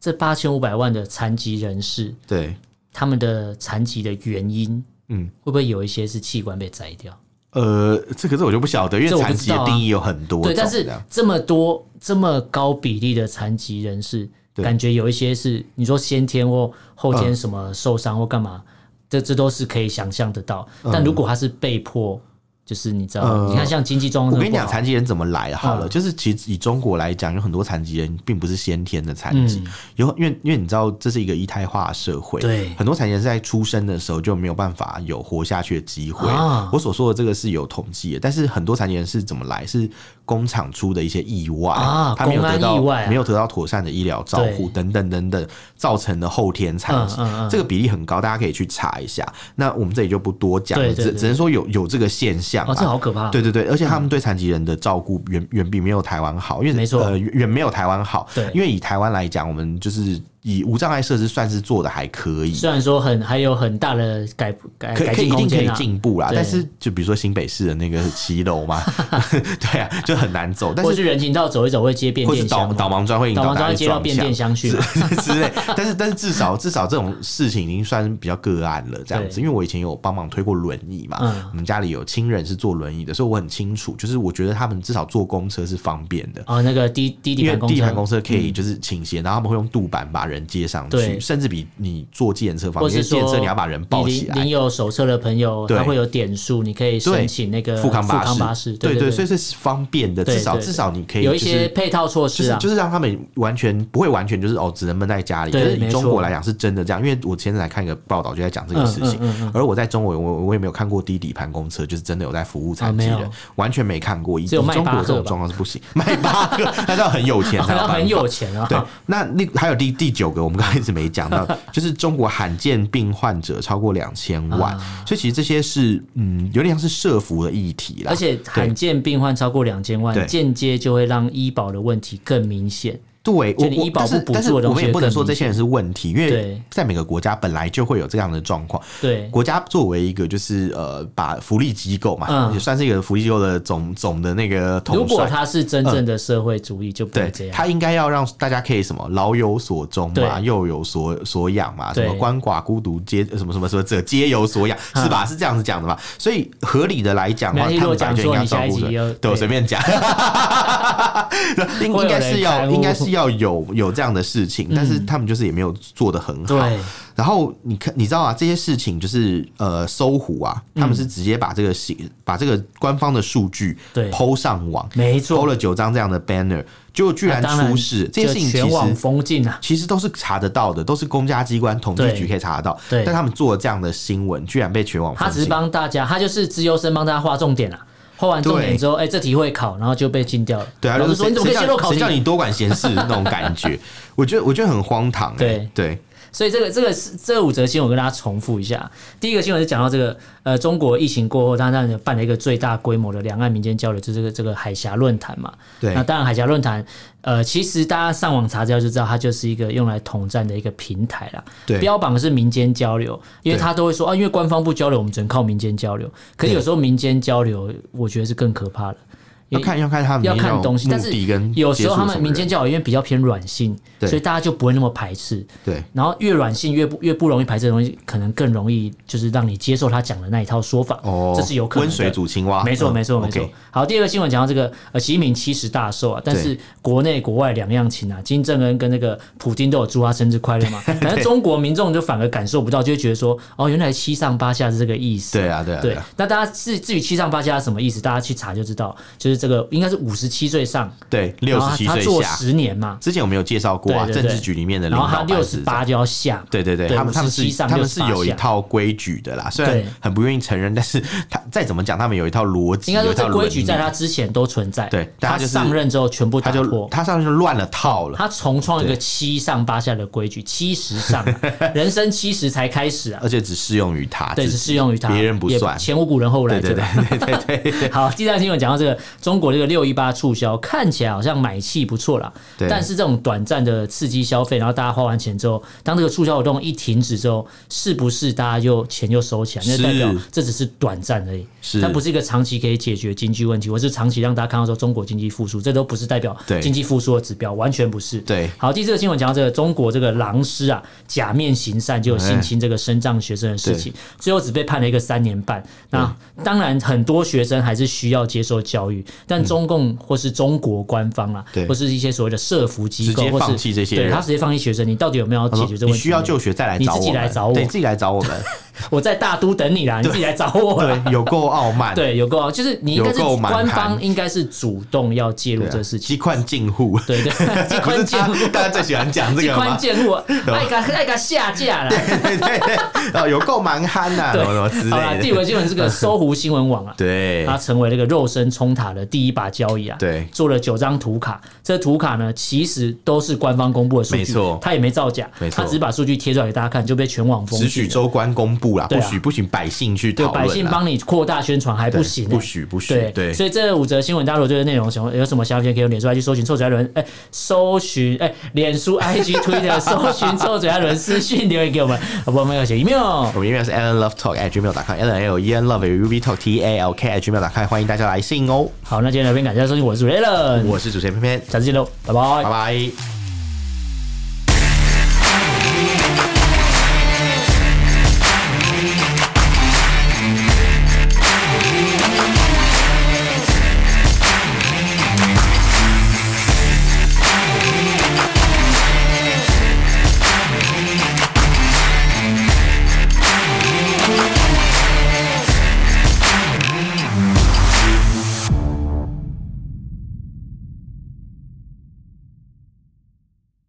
[SPEAKER 1] 这八千五百万的残疾人士，
[SPEAKER 2] 对，
[SPEAKER 1] 他们的残疾的原因，
[SPEAKER 2] 嗯
[SPEAKER 1] 嗯，会不会有一些是器官被摘掉？
[SPEAKER 2] 呃，这个这我就不晓得，因
[SPEAKER 1] 这
[SPEAKER 2] 为
[SPEAKER 1] 我不
[SPEAKER 2] 残
[SPEAKER 1] 知
[SPEAKER 2] 疾的
[SPEAKER 1] 道啊
[SPEAKER 2] 定义有很多
[SPEAKER 1] 对，
[SPEAKER 2] 种，
[SPEAKER 1] 但
[SPEAKER 2] 这
[SPEAKER 1] 是
[SPEAKER 2] 样
[SPEAKER 1] 这么多这么高比例的残疾人士，
[SPEAKER 2] 对嗯
[SPEAKER 1] 感觉有一些是你说先天或后天
[SPEAKER 2] 嗯
[SPEAKER 1] 什么受伤或干嘛，这这都是可以想象得到。但如果他是被迫就是你知道，你看像经济状况，
[SPEAKER 2] 我跟你讲，残疾人怎么来好
[SPEAKER 1] 嗯
[SPEAKER 2] 了，就是其实以中国来讲，有很多残疾人并不是先天的残疾，有因为因为你知道这是一个一胎化社会，
[SPEAKER 1] 嗯对，
[SPEAKER 2] 很多残疾人在出生的时候就没有办法有活下去的机会。
[SPEAKER 1] 啊
[SPEAKER 2] 我所说的这个是有统计的，但是很多残疾人是怎么来？是工厂出的一些意外
[SPEAKER 1] 啊，
[SPEAKER 2] 他没有得到没有
[SPEAKER 1] 得
[SPEAKER 2] 得到妥善的医疗照顾等等等等，造成的后天
[SPEAKER 1] 嗯
[SPEAKER 2] 残疾，这个比例很高，大家可以去查一下。那我们这里就不多讲了，只只能说有有这个现象。啊
[SPEAKER 1] 哦，这好可怕！
[SPEAKER 2] 对对对，而且他们对残疾人的照顾远远比没有台湾好，因为
[SPEAKER 1] 没错，
[SPEAKER 2] 呃，远没有台湾好。
[SPEAKER 1] 对，
[SPEAKER 2] 因为以台湾来讲，我们就是以无障碍设施算是做的还可以，
[SPEAKER 1] 虽然说很还有很大的改改
[SPEAKER 2] 可
[SPEAKER 1] 改
[SPEAKER 2] 可
[SPEAKER 1] 进
[SPEAKER 2] 以一
[SPEAKER 1] 空
[SPEAKER 2] 定可以
[SPEAKER 1] 间啊，
[SPEAKER 2] 进步啦。
[SPEAKER 1] 对
[SPEAKER 2] 但是就比如说新北市的那个骑 楼嘛，对啊，就很难走。但
[SPEAKER 1] 或
[SPEAKER 2] 是
[SPEAKER 1] 者是人行道走一走会接变
[SPEAKER 2] 或是
[SPEAKER 1] 电
[SPEAKER 2] 导
[SPEAKER 1] 箱嘛，啊
[SPEAKER 2] 导盲砖会引
[SPEAKER 1] 导
[SPEAKER 2] 导
[SPEAKER 1] 盲
[SPEAKER 2] 大
[SPEAKER 1] 砖会
[SPEAKER 2] 家去
[SPEAKER 1] 接到
[SPEAKER 2] 撞
[SPEAKER 1] 变
[SPEAKER 2] 墙
[SPEAKER 1] 电箱 去
[SPEAKER 2] 之
[SPEAKER 1] 嘛，
[SPEAKER 2] 之类。但是但是至少至少这种事情已经算是比较个案了，这样子。
[SPEAKER 1] 对
[SPEAKER 2] 因为我以前有帮忙推过轮椅嘛，
[SPEAKER 1] 嗯
[SPEAKER 2] 我们家里有亲人是坐轮椅的，所以我很清楚，就是我觉得他们至少坐公车是方便的。
[SPEAKER 1] 哦，那个低低底
[SPEAKER 2] 因为
[SPEAKER 1] 盘公
[SPEAKER 2] 地
[SPEAKER 1] 车
[SPEAKER 2] 盘公车可以就是倾斜，然后他们会用渡板把人接上去，
[SPEAKER 1] 对
[SPEAKER 2] 甚至比你坐计程车方
[SPEAKER 1] 或
[SPEAKER 2] 便。因为
[SPEAKER 1] 是
[SPEAKER 2] 计程
[SPEAKER 1] 说
[SPEAKER 2] 车你要把人抱
[SPEAKER 1] 你
[SPEAKER 2] 起
[SPEAKER 1] 领
[SPEAKER 2] 来
[SPEAKER 1] 领，有手册的朋友，
[SPEAKER 2] 对
[SPEAKER 1] 他会有点数，你可以
[SPEAKER 2] 对
[SPEAKER 1] 申请那个
[SPEAKER 2] 富康
[SPEAKER 1] 呃巴
[SPEAKER 2] 士，
[SPEAKER 1] 对
[SPEAKER 2] 对，
[SPEAKER 1] 对，
[SPEAKER 2] 所以这是方便的，
[SPEAKER 1] 对
[SPEAKER 2] 至少
[SPEAKER 1] 对
[SPEAKER 2] 至少你可以
[SPEAKER 1] 有一
[SPEAKER 2] 就
[SPEAKER 1] 些
[SPEAKER 2] 是
[SPEAKER 1] 配套措
[SPEAKER 2] 就
[SPEAKER 1] 施
[SPEAKER 2] 是
[SPEAKER 1] 啊，
[SPEAKER 2] 就是让他们完全不会完全就是哦，只能闷在家里。可
[SPEAKER 1] 对
[SPEAKER 2] 是以
[SPEAKER 1] 没
[SPEAKER 2] 中
[SPEAKER 1] 错
[SPEAKER 2] 国来讲是真的这样，因为我前阵才看一个报道就在讲这个事情
[SPEAKER 1] 嗯嗯，
[SPEAKER 2] 而我在中国我我也没有看过低底盘公车，就是真的有在服务残疾
[SPEAKER 1] 啊没
[SPEAKER 2] 人
[SPEAKER 1] 有，
[SPEAKER 2] 完全没看过。以以
[SPEAKER 1] 只有
[SPEAKER 2] 中
[SPEAKER 1] 迈巴
[SPEAKER 2] 国
[SPEAKER 1] 赫
[SPEAKER 2] 这种
[SPEAKER 1] 吧
[SPEAKER 2] 状况是不行，迈巴赫那要很有钱 才
[SPEAKER 1] 要
[SPEAKER 2] 有办法
[SPEAKER 1] 很有钱啊，
[SPEAKER 2] 对，那另还有第第九个，我们刚才一直没讲 到，就是中国罕见病患者超过两千万，
[SPEAKER 1] 啊
[SPEAKER 2] 所以其实这些是嗯，有点像是社服的议题啦。
[SPEAKER 1] 而且罕见病患超过两千
[SPEAKER 2] 对
[SPEAKER 1] 万，间接就会让医保的问题更明显。
[SPEAKER 2] 对我
[SPEAKER 1] 就你
[SPEAKER 2] 我
[SPEAKER 1] 医保
[SPEAKER 2] 但是
[SPEAKER 1] 不补
[SPEAKER 2] 但是
[SPEAKER 1] 助的东
[SPEAKER 2] 我们
[SPEAKER 1] 西
[SPEAKER 2] 也不能
[SPEAKER 1] 更
[SPEAKER 2] 说
[SPEAKER 1] 明
[SPEAKER 2] 这些人是问题，因为
[SPEAKER 1] 对
[SPEAKER 2] 在每个国家本来就会有这样的状况。
[SPEAKER 1] 对，
[SPEAKER 2] 国家作为一个就是呃，把福利机构嘛，
[SPEAKER 1] 嗯
[SPEAKER 2] 也算是一个福利机构的总总的那个统
[SPEAKER 1] 如果
[SPEAKER 2] 帅嗯
[SPEAKER 1] 他是真正的社会主义，就不会
[SPEAKER 2] 对
[SPEAKER 1] 这，样。
[SPEAKER 2] 他应该要让大家可以什么老有所终嘛，
[SPEAKER 1] 对
[SPEAKER 2] 幼有所所养嘛，什
[SPEAKER 1] 对
[SPEAKER 2] 么鳏寡孤独皆什么什么什么者皆有所养，是吧？是这样子讲的吧？所以合理的来讲的话，
[SPEAKER 1] 没关系
[SPEAKER 2] 他们
[SPEAKER 1] 如果
[SPEAKER 2] 本来就
[SPEAKER 1] 讲
[SPEAKER 2] 应
[SPEAKER 1] 错你
[SPEAKER 2] 该照顾
[SPEAKER 1] 下一集
[SPEAKER 2] 的。
[SPEAKER 1] 又
[SPEAKER 2] 对我
[SPEAKER 1] 对
[SPEAKER 2] 随 便讲，应
[SPEAKER 1] 会有
[SPEAKER 2] 应该
[SPEAKER 1] 人
[SPEAKER 2] 是要
[SPEAKER 1] 开悟嗯
[SPEAKER 2] 应该是要有有这样的事情，但是他们就是也没有做的很好。
[SPEAKER 1] 对，
[SPEAKER 2] 然后你看，你知道啊，这些事情就是呃，搜狐啊，他
[SPEAKER 1] 嗯
[SPEAKER 2] 们是直接把这个信、把这个官方的数据
[SPEAKER 1] 对
[SPEAKER 2] 抛上网，
[SPEAKER 1] 没
[SPEAKER 2] 偷
[SPEAKER 1] 错，
[SPEAKER 2] 了九张这样的 banner，结果居然
[SPEAKER 1] 那当然
[SPEAKER 2] 出事。这
[SPEAKER 1] 就
[SPEAKER 2] 些事情其
[SPEAKER 1] 全网
[SPEAKER 2] 实
[SPEAKER 1] 封禁啊，
[SPEAKER 2] 其实都是查得到的，都是公家机关统计
[SPEAKER 1] 对
[SPEAKER 2] 局可以查得到。
[SPEAKER 1] 对
[SPEAKER 2] 但他们做了这样的新闻，居然被全网
[SPEAKER 1] 他
[SPEAKER 2] 封
[SPEAKER 1] 只是
[SPEAKER 2] 禁。
[SPEAKER 1] 帮大家，他就是资优生帮大家画重点啊。画完重
[SPEAKER 2] 对
[SPEAKER 1] 点之后，哎，这题会考，然后就被禁掉了。
[SPEAKER 2] 对啊，
[SPEAKER 1] 老
[SPEAKER 2] 就
[SPEAKER 1] 师
[SPEAKER 2] 是
[SPEAKER 1] 说
[SPEAKER 2] 谁
[SPEAKER 1] 你怎么可以泄
[SPEAKER 2] 谁叫
[SPEAKER 1] 露
[SPEAKER 2] 你
[SPEAKER 1] 考
[SPEAKER 2] 谁
[SPEAKER 1] 题
[SPEAKER 2] 叫？你多管闲事那种感觉， 我觉得我觉得很荒唐、欸。
[SPEAKER 1] 对
[SPEAKER 2] 对
[SPEAKER 1] 所以这个这个是这五则新闻，我跟大家重复一下。第一个新闻是讲到这个，呃，中国疫情过后，当然办了一个最大规模的两岸民间交流，就是这个这个海峡论坛嘛。
[SPEAKER 2] 对
[SPEAKER 1] 那当然，海峡论坛，呃，其实大家上网查资料就知道，它就是一个用来统战的一个平台啦。
[SPEAKER 2] 对
[SPEAKER 1] 标榜的是民间交流，因为
[SPEAKER 2] 对
[SPEAKER 1] 他都会说啊，因为官方不交流，我们只能靠民间交流。可是有时候民间交流，我觉得是更可怕的。
[SPEAKER 2] 要看要看他们
[SPEAKER 1] 要
[SPEAKER 2] 那
[SPEAKER 1] 看
[SPEAKER 2] 种
[SPEAKER 1] 东西，但
[SPEAKER 2] 目
[SPEAKER 1] 是
[SPEAKER 2] 的跟
[SPEAKER 1] 有时候他
[SPEAKER 2] 接触什
[SPEAKER 1] 们
[SPEAKER 2] 么
[SPEAKER 1] 民间
[SPEAKER 2] 人
[SPEAKER 1] 交流因为比较偏软性，
[SPEAKER 2] 对
[SPEAKER 1] 所以大家就不会那么排斥。
[SPEAKER 2] 对
[SPEAKER 1] 然后越软性越不越不容易排斥的东西，可能更容易就是让你接受他讲的那一套说法，
[SPEAKER 2] 哦，
[SPEAKER 1] 这是有可能
[SPEAKER 2] 温
[SPEAKER 1] 的。
[SPEAKER 2] 水煮青蛙，
[SPEAKER 1] 没错，
[SPEAKER 2] 嗯
[SPEAKER 1] 没错，没
[SPEAKER 2] OK
[SPEAKER 1] 错。好，第二个新闻讲到这个呃，习近平七十大寿啊，但是国内国外两样情啊，金正恩跟那个普京都有祝他生日快 乐嘛，反正中国民众就反而感受不到，就会觉得说哦，原来七上八下是这个意思。
[SPEAKER 2] 对啊，对啊，对
[SPEAKER 1] 对
[SPEAKER 2] 啊，，
[SPEAKER 1] 那大家至至于七上八下是什么意思，大家去查就知道，就是这个应该是五十七岁上，
[SPEAKER 2] 对，
[SPEAKER 1] 然
[SPEAKER 2] 六
[SPEAKER 1] 后
[SPEAKER 2] 十七
[SPEAKER 1] 他他
[SPEAKER 2] 岁
[SPEAKER 1] 做
[SPEAKER 2] 下，
[SPEAKER 1] 十年嘛，
[SPEAKER 2] 之前我们有介绍过啊，
[SPEAKER 1] 对对对
[SPEAKER 2] 政治局里面的领
[SPEAKER 1] 然后他
[SPEAKER 2] 导班子
[SPEAKER 1] 六十八就要下嘛，
[SPEAKER 2] 对对对，
[SPEAKER 1] 对
[SPEAKER 2] 他们他们
[SPEAKER 1] 57
[SPEAKER 2] 是
[SPEAKER 1] 上
[SPEAKER 2] 他们
[SPEAKER 1] 68
[SPEAKER 2] 是有一
[SPEAKER 1] 下
[SPEAKER 2] 套规矩的啦，虽然
[SPEAKER 1] 对
[SPEAKER 2] 很不愿意承认，但是他再怎么讲，他们有一套逻辑，
[SPEAKER 1] 应该
[SPEAKER 2] 有
[SPEAKER 1] 说
[SPEAKER 2] 一套
[SPEAKER 1] 这规
[SPEAKER 2] 伦
[SPEAKER 1] 矩
[SPEAKER 2] 理
[SPEAKER 1] 在他之前都存在，
[SPEAKER 2] 对但他
[SPEAKER 1] 他
[SPEAKER 2] 就是
[SPEAKER 1] 上任之后全部
[SPEAKER 2] 他
[SPEAKER 1] 打
[SPEAKER 2] 就
[SPEAKER 1] 破。
[SPEAKER 2] 他上去就乱了套了，
[SPEAKER 1] 他重创一个
[SPEAKER 2] 对
[SPEAKER 1] 七上八下的规矩，七十上啊、 人生七十才开始啊，
[SPEAKER 2] 而且只适用于他自
[SPEAKER 1] 对，
[SPEAKER 2] 己，
[SPEAKER 1] 只适用于他，
[SPEAKER 2] 别人不
[SPEAKER 1] 也
[SPEAKER 2] 算。
[SPEAKER 1] 前无古人后无来
[SPEAKER 2] 对
[SPEAKER 1] 者
[SPEAKER 2] 对
[SPEAKER 1] 吧。
[SPEAKER 2] 对对对对 对，
[SPEAKER 1] 好，第三个新闻讲到这个中国这个六一八促销，看起来好像买气不错啦，
[SPEAKER 2] 对
[SPEAKER 1] 但是这种短暂的刺激消费，然后大家花完钱之后，当这个促销活动一停止之后，是不是大家又钱又收起来？那
[SPEAKER 2] 是
[SPEAKER 1] 代表这只是短暂而已，
[SPEAKER 2] 是
[SPEAKER 1] 它不是一个长期可以解决经济问题，或是长期让大家看到说中国经济复苏，这都不是代表
[SPEAKER 2] 对
[SPEAKER 1] 经济复苏的指标，完全不是。
[SPEAKER 2] 对
[SPEAKER 1] 好，第四个新闻讲到这个中国这个狼师啊，假面行善就有性侵这个身障学生的事情，最后只被判了一个三年半。那当然，很多学生还是需要接受教育，但中共或是中国官方啊，
[SPEAKER 2] 嗯对
[SPEAKER 1] 或是一些所谓的社服机
[SPEAKER 2] 直
[SPEAKER 1] 构，
[SPEAKER 2] 接
[SPEAKER 1] 或是
[SPEAKER 2] 放弃这些
[SPEAKER 1] 对
[SPEAKER 2] 人
[SPEAKER 1] 他直接放弃学生，你到底有没有要
[SPEAKER 2] 他
[SPEAKER 1] 解
[SPEAKER 2] 说
[SPEAKER 1] 决这个
[SPEAKER 2] 你
[SPEAKER 1] 问题？
[SPEAKER 2] 需要救学再来找我们，
[SPEAKER 1] 你自己来找我
[SPEAKER 2] 对，自己来找我 们，
[SPEAKER 1] 我在大都等你啦，你自己来找我啦。
[SPEAKER 2] 对，有够傲慢，
[SPEAKER 1] 对，有够好，就是你应该是
[SPEAKER 2] 有够蛮
[SPEAKER 1] 官
[SPEAKER 2] 憨
[SPEAKER 1] 方应该是主动要介入
[SPEAKER 2] 对啊，
[SPEAKER 1] 这事情，
[SPEAKER 2] 鸡冠进户，
[SPEAKER 1] 对 对，机
[SPEAKER 2] 不
[SPEAKER 1] 关
[SPEAKER 2] 是
[SPEAKER 1] 见
[SPEAKER 2] 大
[SPEAKER 1] 户，
[SPEAKER 2] 家大家最喜欢 讲这
[SPEAKER 1] 机
[SPEAKER 2] 个吗
[SPEAKER 1] 关？见 户，爱给爱给下架啦。
[SPEAKER 2] 对对对，哦，有够蛮憨呐，什
[SPEAKER 1] 对
[SPEAKER 2] 么什么之
[SPEAKER 1] 好啦，
[SPEAKER 2] 类
[SPEAKER 1] 地
[SPEAKER 2] 的，
[SPEAKER 1] 维新闻是个搜狐新闻网啊，
[SPEAKER 2] 对
[SPEAKER 1] 它成为那个肉身冲塔的第一把交椅啊。
[SPEAKER 2] 对
[SPEAKER 1] 做了九张图卡，这图卡呢其实都是官方公布的数据，
[SPEAKER 2] 没错
[SPEAKER 1] 它也没造假，
[SPEAKER 2] 没错
[SPEAKER 1] 它只是把数据贴出来给大家看，就被全网封
[SPEAKER 2] 只
[SPEAKER 1] 禁
[SPEAKER 2] 许
[SPEAKER 1] 了。
[SPEAKER 2] 州官公布啦，
[SPEAKER 1] 对
[SPEAKER 2] 不
[SPEAKER 1] 啊
[SPEAKER 2] 许不许百姓去
[SPEAKER 1] 对
[SPEAKER 2] 讨论
[SPEAKER 1] 百
[SPEAKER 2] 啦，
[SPEAKER 1] 姓帮你扩大宣传还不
[SPEAKER 2] 对
[SPEAKER 1] 行、欸，
[SPEAKER 2] 不许不许，
[SPEAKER 1] 对
[SPEAKER 2] 对，
[SPEAKER 1] 所以这五则新闻，大家如果对这内容想哎有什么想法，可以用脸书 IG 搜寻臭嘴艾伦，哎、搜寻哎，脸、书 IG 推的搜寻臭嘴艾伦，私信留言给我们，好不好？我们要写 email。
[SPEAKER 2] 我们 email 是 alanlovetalk@gmail.com，a l a l e n love u v talk t a l k @gmail.com，欢迎大家来信哦。
[SPEAKER 1] 好，那今天聊天感谢收听，我是主 a l
[SPEAKER 2] 我是主持人偏偏，
[SPEAKER 1] 下次见喽，拜拜
[SPEAKER 2] 拜拜。